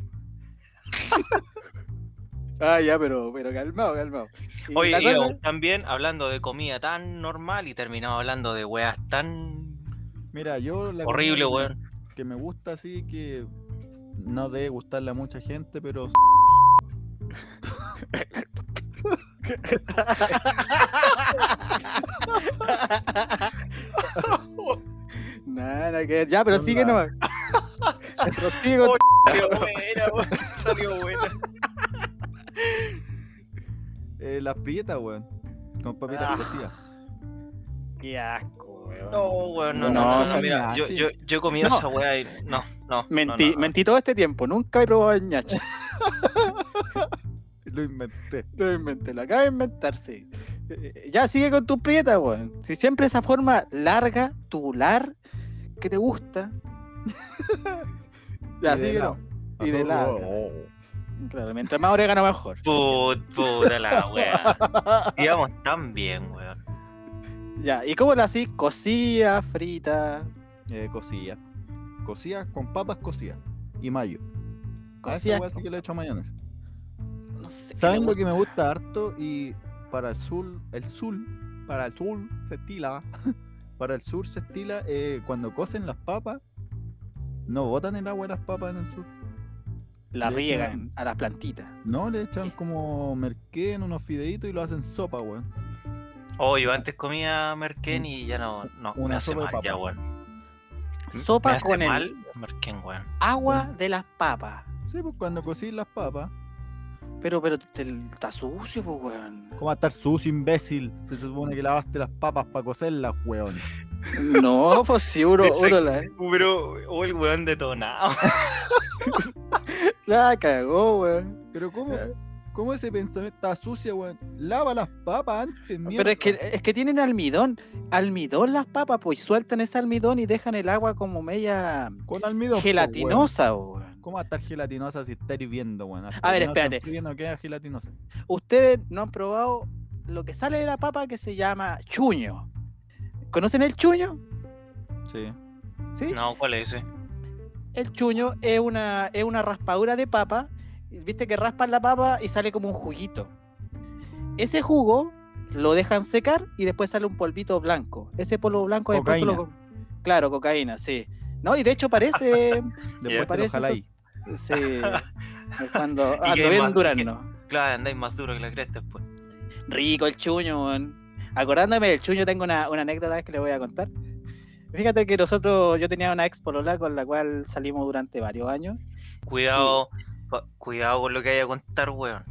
Ah, ya, pero, pero calmado, calmado. Y Oye, la y cosa- también hablando de comida tan normal y terminamos hablando de weas tan Mira, yo la horrible, comida que- weón. Que me gusta así que no debe gustarle a mucha gente, pero Nada, nada que ver. Ya, pero Onda. sigue nomás. Pero sigue con- Salió buena. eh, las prietas, weón. Con papitas Ah. cocidas. Qué asco, weón. No, weón, no, No, no, no, no, esa mira, yo, ñachi. yo, yo he comido No. esa wea y no, no. no, Mentí, no, no. mentí todo este tiempo, nunca he probado el ñache. Lo inventé. Lo inventé, lo acabo de inventar, sí. Eh, Ya sigue con tus prietas, weón. Si siempre esa forma larga, tubular, que te gusta. ya, Y de sigue lado. Oh, no. Y de lado. Claro, mientras más orégano, mejor. Put- puta la wea. Íbamos tan bien, weón. Ya, ¿y cómo la así? Cocida, frita, Eh, cocidas. Cocidas con papas cocidas. Y mayo. A esa Cocidas weá sí que le echo mayonesa. no sé. ¿Saben lo weón. que me gusta harto? Y para el sur, el sur, para el sur se estila. Para el sur se estila eh, cuando cocen las papas. No botan el agua de las papas en el sur. La le riegan echan- a las plantitas. No, le echan como merquén, unos fideitos y lo hacen sopa, weón. Oh, yo antes comía merquén y ya no, no, me Una hace sopa de mal ya, papa. weón. me Sopa hace con el mal merquén, weón. agua de las papas. Sí, pues cuando cocís las papas. Pero, pero, te- está sucio, pues, weón. ¿Cómo va a estar sucio, imbécil? Se supone que lavaste las papas para cocerlas, weón. No, pues sí, uno, Dice- uno la, Uh, Pero, o el weón detonado. la cagó, weón. Pero ¿cómo, cómo ese pensamiento está sucia, weón? Lava las papas antes, mierda. Pero es que, es que tienen almidón. Almidón las papas, pues sueltan ese almidón y dejan el agua como media Con almidón. po, weón. gelatinosa, pues, weón. ¿Cómo va a estar gelatinosa si está hirviendo, weón? A ver, espérate. No queda gelatinosa. Ustedes no han probado lo que sale de la papa que se llama chuño. ¿Conocen el chuño? Sí. ¿Sí? No, ¿cuál es ese? El chuño es una, es una raspadura de papa. Viste que raspan la papa y sale como un juguito. Ese jugo lo dejan secar y después sale un polvito blanco. Ese polvo blanco después tú lo com- Claro, cocaína, sí. No, y de hecho parece. Después te lo parece jaláis. sí. es Cuando Y ah, que lo es ven más- durano. Claro, andáis más duro que la cresta después. Rico el chuño, weón. Acordándome del chuño, tengo una, una anécdota que le voy a contar. Fíjate que nosotros, yo tenía una ex polola con la cual salimos durante varios años. Cuidado, pa- cuidado con lo que haya a contar, weón.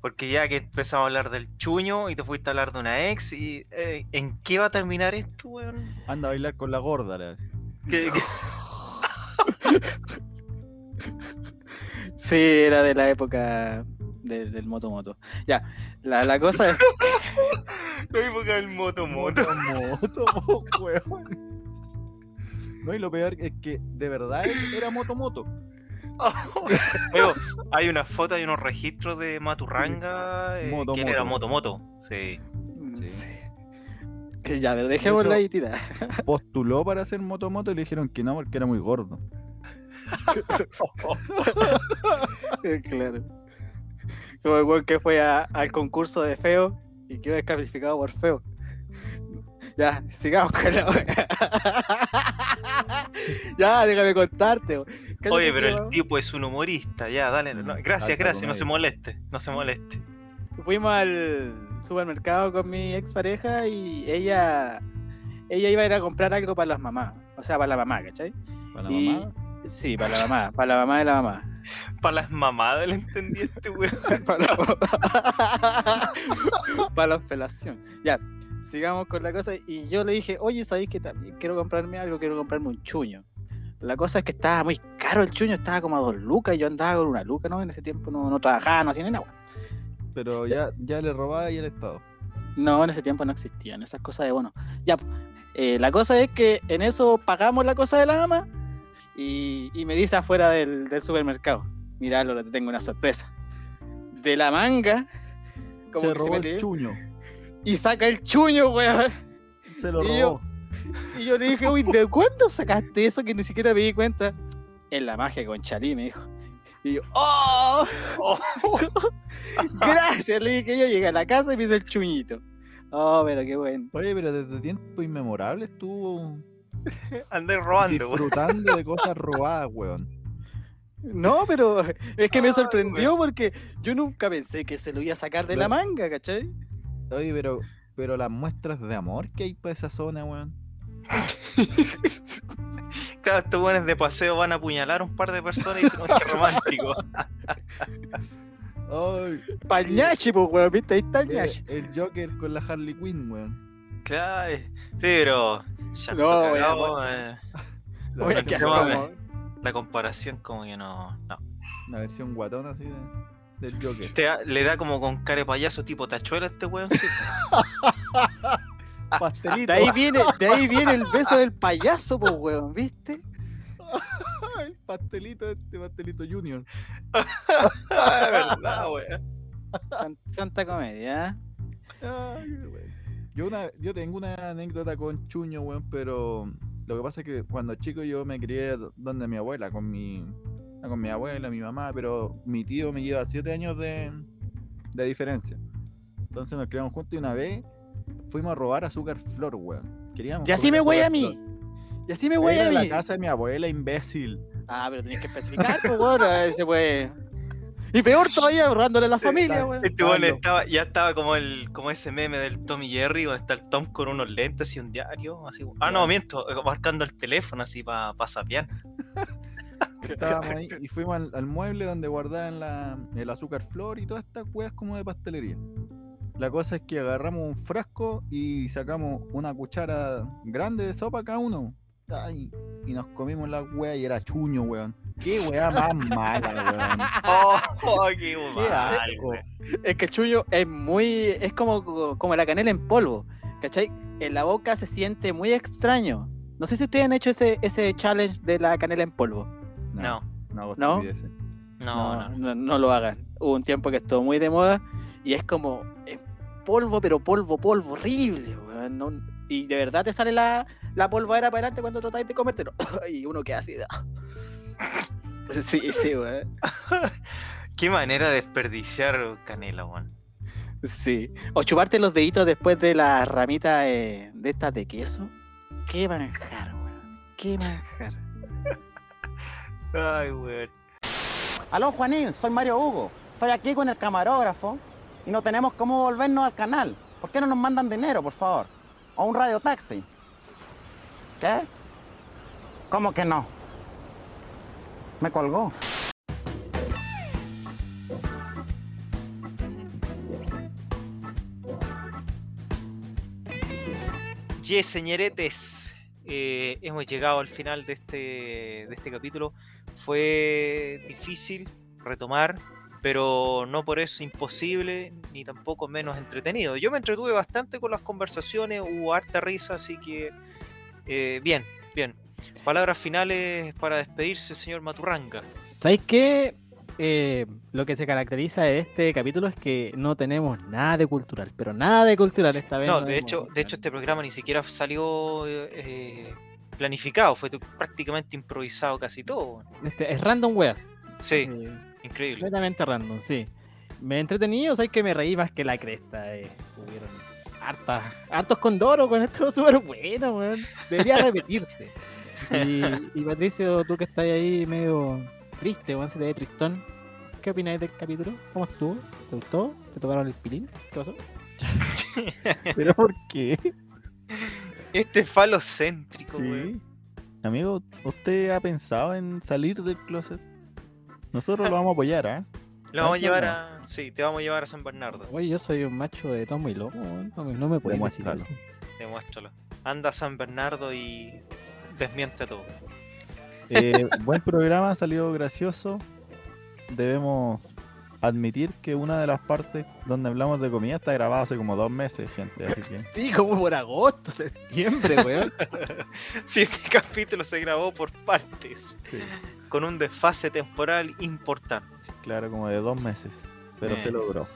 Porque ya que empezamos a hablar del chuño y te fuiste a hablar de una ex, y eh, ¿en qué va a terminar esto, weón? Anda a bailar con la gorda, la- Que- que- Sí, era de la época del, del Moto Moto. Ya, la, la cosa es. La época del motomoto. Moto, weón. No, y lo peor es que de verdad él era moto moto. Luego, hay una foto, hay unos registros de Maturranga. Eh, Moto, ¿Quién era moto. Motomoto? Sí. Sí. Que Ya, pero dejémoslo hecho- ahí tirada. Postuló para ser moto moto y le dijeron que no porque era muy gordo. claro. Como el weón que fue a- al concurso de feo y quedó descalificado por feo. Ya, sigamos con la wea. Ya, déjame contarte. weón. Cállate Oye, que, pero el weón, tipo es un humorista, ya, dale. no- Mm, gracias, alta gracias, no se comedia. moleste, no se moleste. Fuimos al supermercado con mi expareja y ella, ella iba a ir a comprar algo para las mamás. O sea, para la mamá, ¿cachai? Para la Y- mamada. Sí, para la mamá, para la mamá de la mamá. Para las mamadas le entendí a este weón. Para la mamá. para la felación. Ya. sigamos con la cosa. Y yo le dije, oye, ¿sabéis que también quiero comprarme algo? Quiero comprarme un chuño. La cosa es que estaba muy caro el chuño, estaba como a dos lucas y yo andaba con una luca, ¿no? En ese tiempo no, no trabajaba, no hacía ni nada. weón. Pero ya, ya le robaba y el Estado. No, en ese tiempo no existían esas cosas de bueno. Ya, po. Eh, la cosa es que en eso pagamos la cosa de la ama y, y me dice afuera del, del supermercado, mirá, Lola, te tengo una sorpresa. De la manga, como que Se se robó el mete chuño. y saca el chuño, weón. Se lo Y yo- robó. Y yo le dije, uy, ¿de cuándo sacaste eso que ni siquiera me di cuenta? En la magia con Chalí, me dijo. Y yo, ¡oh! Gracias, le dije yo llegué a la casa y me hice el chuñito. Oh, pero qué bueno. Oye, pero desde tiempo inmemorable estuvo Andé robando, weón. disfrutando de cosas robadas, weón. No, pero es que me Ay, sorprendió porque yo nunca pensé que se lo iba a sacar de la Claro. manga, ¿cachai? Oye, pero, pero las muestras de amor que hay para esa zona, weón. Claro, estos buenos de paseo van a apuñalar a un par de personas y dicen, "Oh, qué romántico. Ay, Pañachi, pues, weón, viste, ahí está el mira, ñachi. el Joker con la Harley Quinn, weón. Claro, sí, pero. ya, No, cagao, weón, eh, La, Oye, Bueno, qué versión, que asco, amable. guatona, weón. la comparación, como que no. no. la versión guatona así de- del Joker. Te da- le da como con cara de payaso tipo tachuela a este weón. sí. De Pastelito. ahí viene, de ahí viene el beso del payaso, pues, weón, ¿viste? El pastelito, este pastelito Junior. Ah, es verdad, weón. San- Santa comedia, ¿eh? Ay, weón. Yo, una, yo tengo una anécdota con Chuño, weón, pero lo que pasa es que cuando chico yo me crié do- donde mi abuela, con mi, con mi abuela, mi mamá, pero mi tío me lleva siete años de, de diferencia. Entonces nos criamos juntos y una vez fuimos a robar azúcar flor, weón. Queríamos Y así robar me huele a azúcar mí. Y así me flor. huele Era a la mí. casa de mi abuela, imbécil. Ah, pero tenías que especificar, pues, weón. a ver, Se puede. Y peor todavía, ahorrándole a la familia, está- weón. Este weón Pablo. estaba, ya estaba como el, como ese meme del Tom y Jerry, donde está el Tom con unos lentes y un diario. Así. Ah, no, miento, marcando el teléfono así para pa sapear. Estábamos ahí y fuimos al, al mueble donde guardaban la, el azúcar flor y todas estas weas como de pastelería. La cosa es que agarramos un frasco y sacamos una cuchara grande de sopa cada uno. Ay, y nos comimos la wea y era chuño, weón. Qué wea más mala, Oh, qué weón. Qué mal, asco. weón. Es que el chuño es muy. Es como, como la canela en polvo. ¿Cachai? En la boca se siente muy extraño. No sé si ustedes han hecho ese, ese challenge de la canela en polvo. No, no hago ¿No? estupideces. no, no. no, no lo hagan. Hubo un tiempo que estuvo muy de moda y es como es polvo, pero polvo, polvo, horrible. weón, no- y de verdad te sale la, la polvadera para adelante cuando tratáis de comértelo. y uno queda así. sí, sí, weón. Qué manera de desperdiciar canela, weón. Sí. O chuparte los deditos después de las ramitas eh, de estas de queso. Qué manjar, weón. Qué manjar. Ay, weón. Aló Juanín, soy Mario Hugo. Estoy aquí con el camarógrafo y no tenemos cómo volvernos al canal. ¿Por qué no nos mandan dinero, por favor? O un radiotaxi. ¿Qué? ¿Cómo que no? Me colgó. Yes, señoretes, eh, hemos llegado al final de este, de este capítulo. Fue difícil retomar, pero no por eso imposible, ni tampoco menos entretenido. Yo me entretuve bastante con las conversaciones, hubo harta risa, así que eh, bien, bien. Palabras finales para despedirse, señor Maturranga. ¿Sabéis qué? Eh, lo que se caracteriza de este capítulo es que no tenemos nada de cultural, pero nada de cultural esta vez. No, de hemos- hecho, de hecho este programa ni siquiera salió eh, planificado, fue tu- prácticamente improvisado casi todo. Este, es random weas. Sí, Eh, increíble. completamente random, sí. Me he entretenido, sabéis que me reí más que la cresta. eh. Hubieron hartas, hartos condoros con esto, súper bueno, weón. Debería repetirse. Y, y Patricio, tú que estás ahí medio triste, weón, se te ve tristón. ¿Qué opináis del capítulo? ¿Cómo estuvo? ¿Te gustó? ¿Te tomaron el pilín? ¿Qué pasó? ¿Pero por qué? Este es falocéntrico, weón. Sí. Amigo, ¿usted ha pensado en salir del closet? Nosotros lo vamos a apoyar, ¿ah? Lo vamos a Macho, llevar no. a. Sí, te vamos a llevar a San Bernardo. Oye, yo soy un macho de tomo y lomo, weón, no, me- no me pueden decir Demuéstralo. eso. Demuéstralo. Anda a San Bernardo y desmiente todo. Eh, buen programa, salió gracioso. Debemos admitir que una de las partes donde hablamos de comida está grabada hace como dos meses, gente. Así que Sí, como por agosto, septiembre, weón. Sí, este capítulo se grabó por partes. Sí. Con un desfase temporal importante. claro, como de dos meses. Pero se Eh. logró.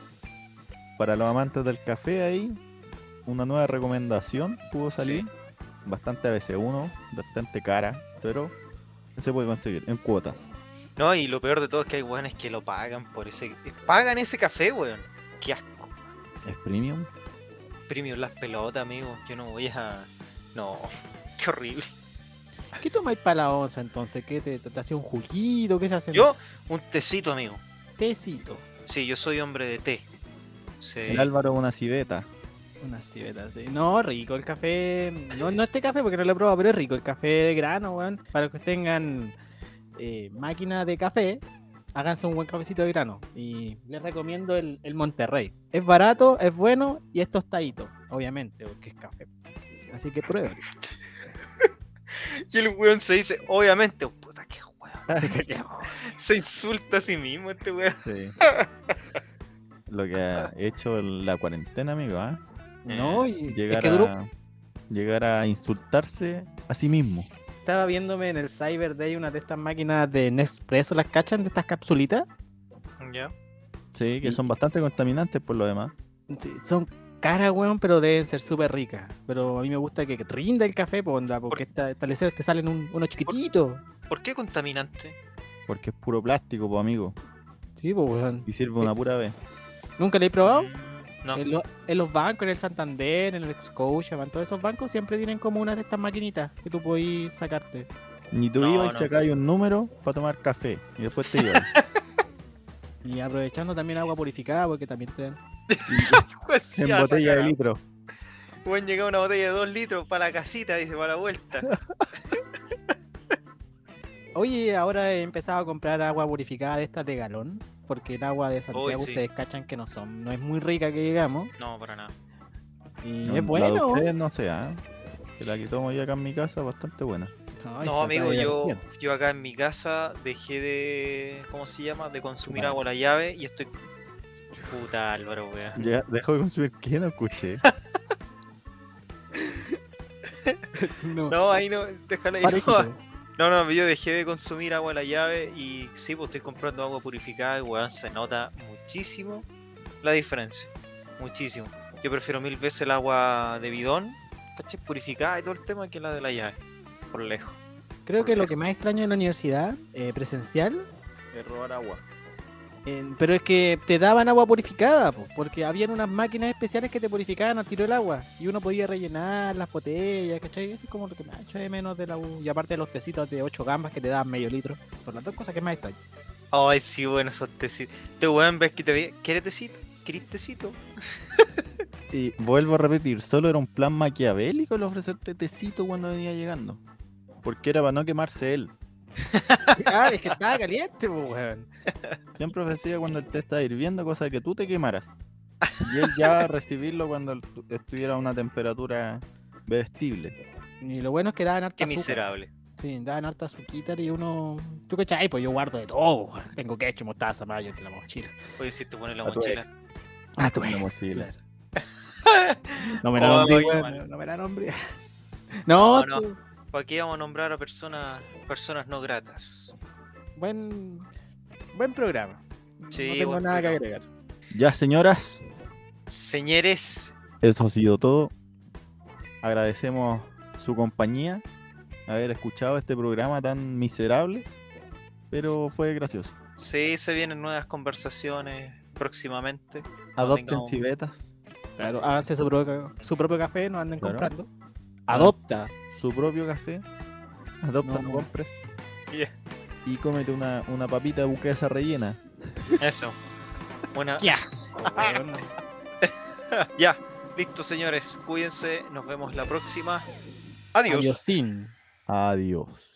Para los amantes del café ahí, una nueva recomendación pudo salir. Bastante ABC1, bastante cara, pero se puede conseguir en cuotas. No, y lo peor de todo es que hay weones que lo pagan por ese. Pagan ese café, weón. Qué asco. ¿Es premium? Premium las pelotas, amigo. Yo no voy a. No. Qué horrible. ¿Qué tomáis para la onza entonces? ¿Qué te, te, te hacía un juguito? ¿Qué se hace? Yo, un tecito, amigo. Tecito. Sí, yo soy hombre de té. Sí. El Álvaro una civeta. Una civeta, sí. No, rico el café. No, no este café porque no lo he probado, pero es rico el café de grano, weón. Para los que tengan eh, máquina de café, háganse un buen cafecito de grano. Y les recomiendo el, el Monterrey. Es barato, es bueno y es tostadito, obviamente, porque es café. Así que prueben. Y el weón se dice, obviamente, oh, puta que weón. se insulta a sí mismo este weón. Sí. Lo que ha hecho la cuarentena, amigo, ¿ah? No, y Llegar, es que duró- a, llegar a insultarse a sí mismo. estaba viéndome en el Cyber Day una de estas máquinas de Nespresso, las cachan de estas capsulitas. Ya. Sí, que son bastante contaminantes por lo demás. Sí, Son caras, weón, pero deben ser súper ricas. Pero a mí me gusta que rinda el café, po, onda, porque esta, establecer te salen un, unos chiquititos. ¿Por qué contaminante? Porque es puro plástico, pues, amigo. Sí, pues, weón. Y sirve una pura vez. ¿Nunca lo he Mm, probado? Mm, No. En, lo- en los bancos, en el Santander, en el Scotia, en todos esos bancos siempre tienen como una de estas maquinitas que tú podís sacarte. Ni tú No, no. ibas y sacáis un número para tomar café. Y después te ibas. Y aprovechando también agua purificada, porque también te dan. Weón, sí, en ya, botella de saca- litro. Weón llega una botella de 2 litros para la casita, dice, para la vuelta. Oye, ahora he empezado a comprar agua purificada de estas de galón, porque el agua de Santiago sí. ustedes cachan que no son, no es muy rica que digamos. No, para nada. Y No, es La de bueno. ustedes no sé, ¿ah? Que la que tomo yo acá en mi casa es bastante buena. Ay, no, se amigo, acaba de yo, ver. yo acá en mi casa dejé de. ¿Cómo se llama? De consumir Tomar. agua a la llave y estoy. Puta Álvaro, weón. Ya, dejó de consumir que no escuché. No, No, ahí no, déjala ahí. parejito. No. no, no, yo dejé de consumir agua a la llave y sí, pues estoy comprando agua purificada y weón, se nota muchísimo la diferencia. Muchísimo. Yo prefiero mil veces el agua de bidón, ¿cachai? Purificada y todo el tema que la de la llave. Por lejos. Creo que lo que más extraño en la universidad eh, presencial, Es robar agua. eh, pero es que te daban agua purificada, po, porque habían unas máquinas especiales que te purificaban al tiro el agua y uno podía rellenar las botellas, ¿cachai? Eso es como lo que más echo de menos de la U. Y aparte de los tecitos de 8 gambas que te daban medio litro, son las dos cosas que más extraño. Ay, sí, bueno, esos tecitos. Te weón, ves que te ve. ¿Quieres tecito? ¿Quieres tecito? Y vuelvo a repetir, solo era un plan maquiavélico el ofrecerte tecito cuando venía llegando. Porque era para no quemarse él. ah, es que estaba caliente, po, weón. Siempre ofrecía cuando el té estaba hirviendo, cosa que tú te quemaras. Y él ya recibirlo cuando el- tu- estuviera a una temperatura bebestible. Y lo bueno es que daban harta Qué azúcar. miserable. Sí, daban harta azuquita y uno. ¿Tú cachai? Pues yo guardo de todo. weón. Tengo ketchup, mostaza, mayo en la mochila. Oye, si te pones la A tu mochila. ex. Ah, tú Una eres. mochila. No me la nombré, Ay, weón, mano. No me la nombré. No, No, no. tú- ¿Para qué vamos a nombrar a personas, personas no gratas? Buen, buen programa. Sí, no tengo buen nada programa. que agregar. Ya, señoras, Señores, eso ha sido todo. Agradecemos su compañía, haber escuchado este programa tan miserable, pero fue gracioso. sí, se vienen nuevas conversaciones próximamente. Adopten tengamos- civetas, Claro, háganse su propio, su propio café, no anden Claro. comprando. Adopta. su propio café, adopta, No, no, no. compres. Yeah. Y cómete una, una papita buquesa rellena. Eso. Buena. Qué asco, Ah, weón. Ya. Listo, señores. Cuídense. Nos vemos la próxima. Adiós. Adiosín. Adiós.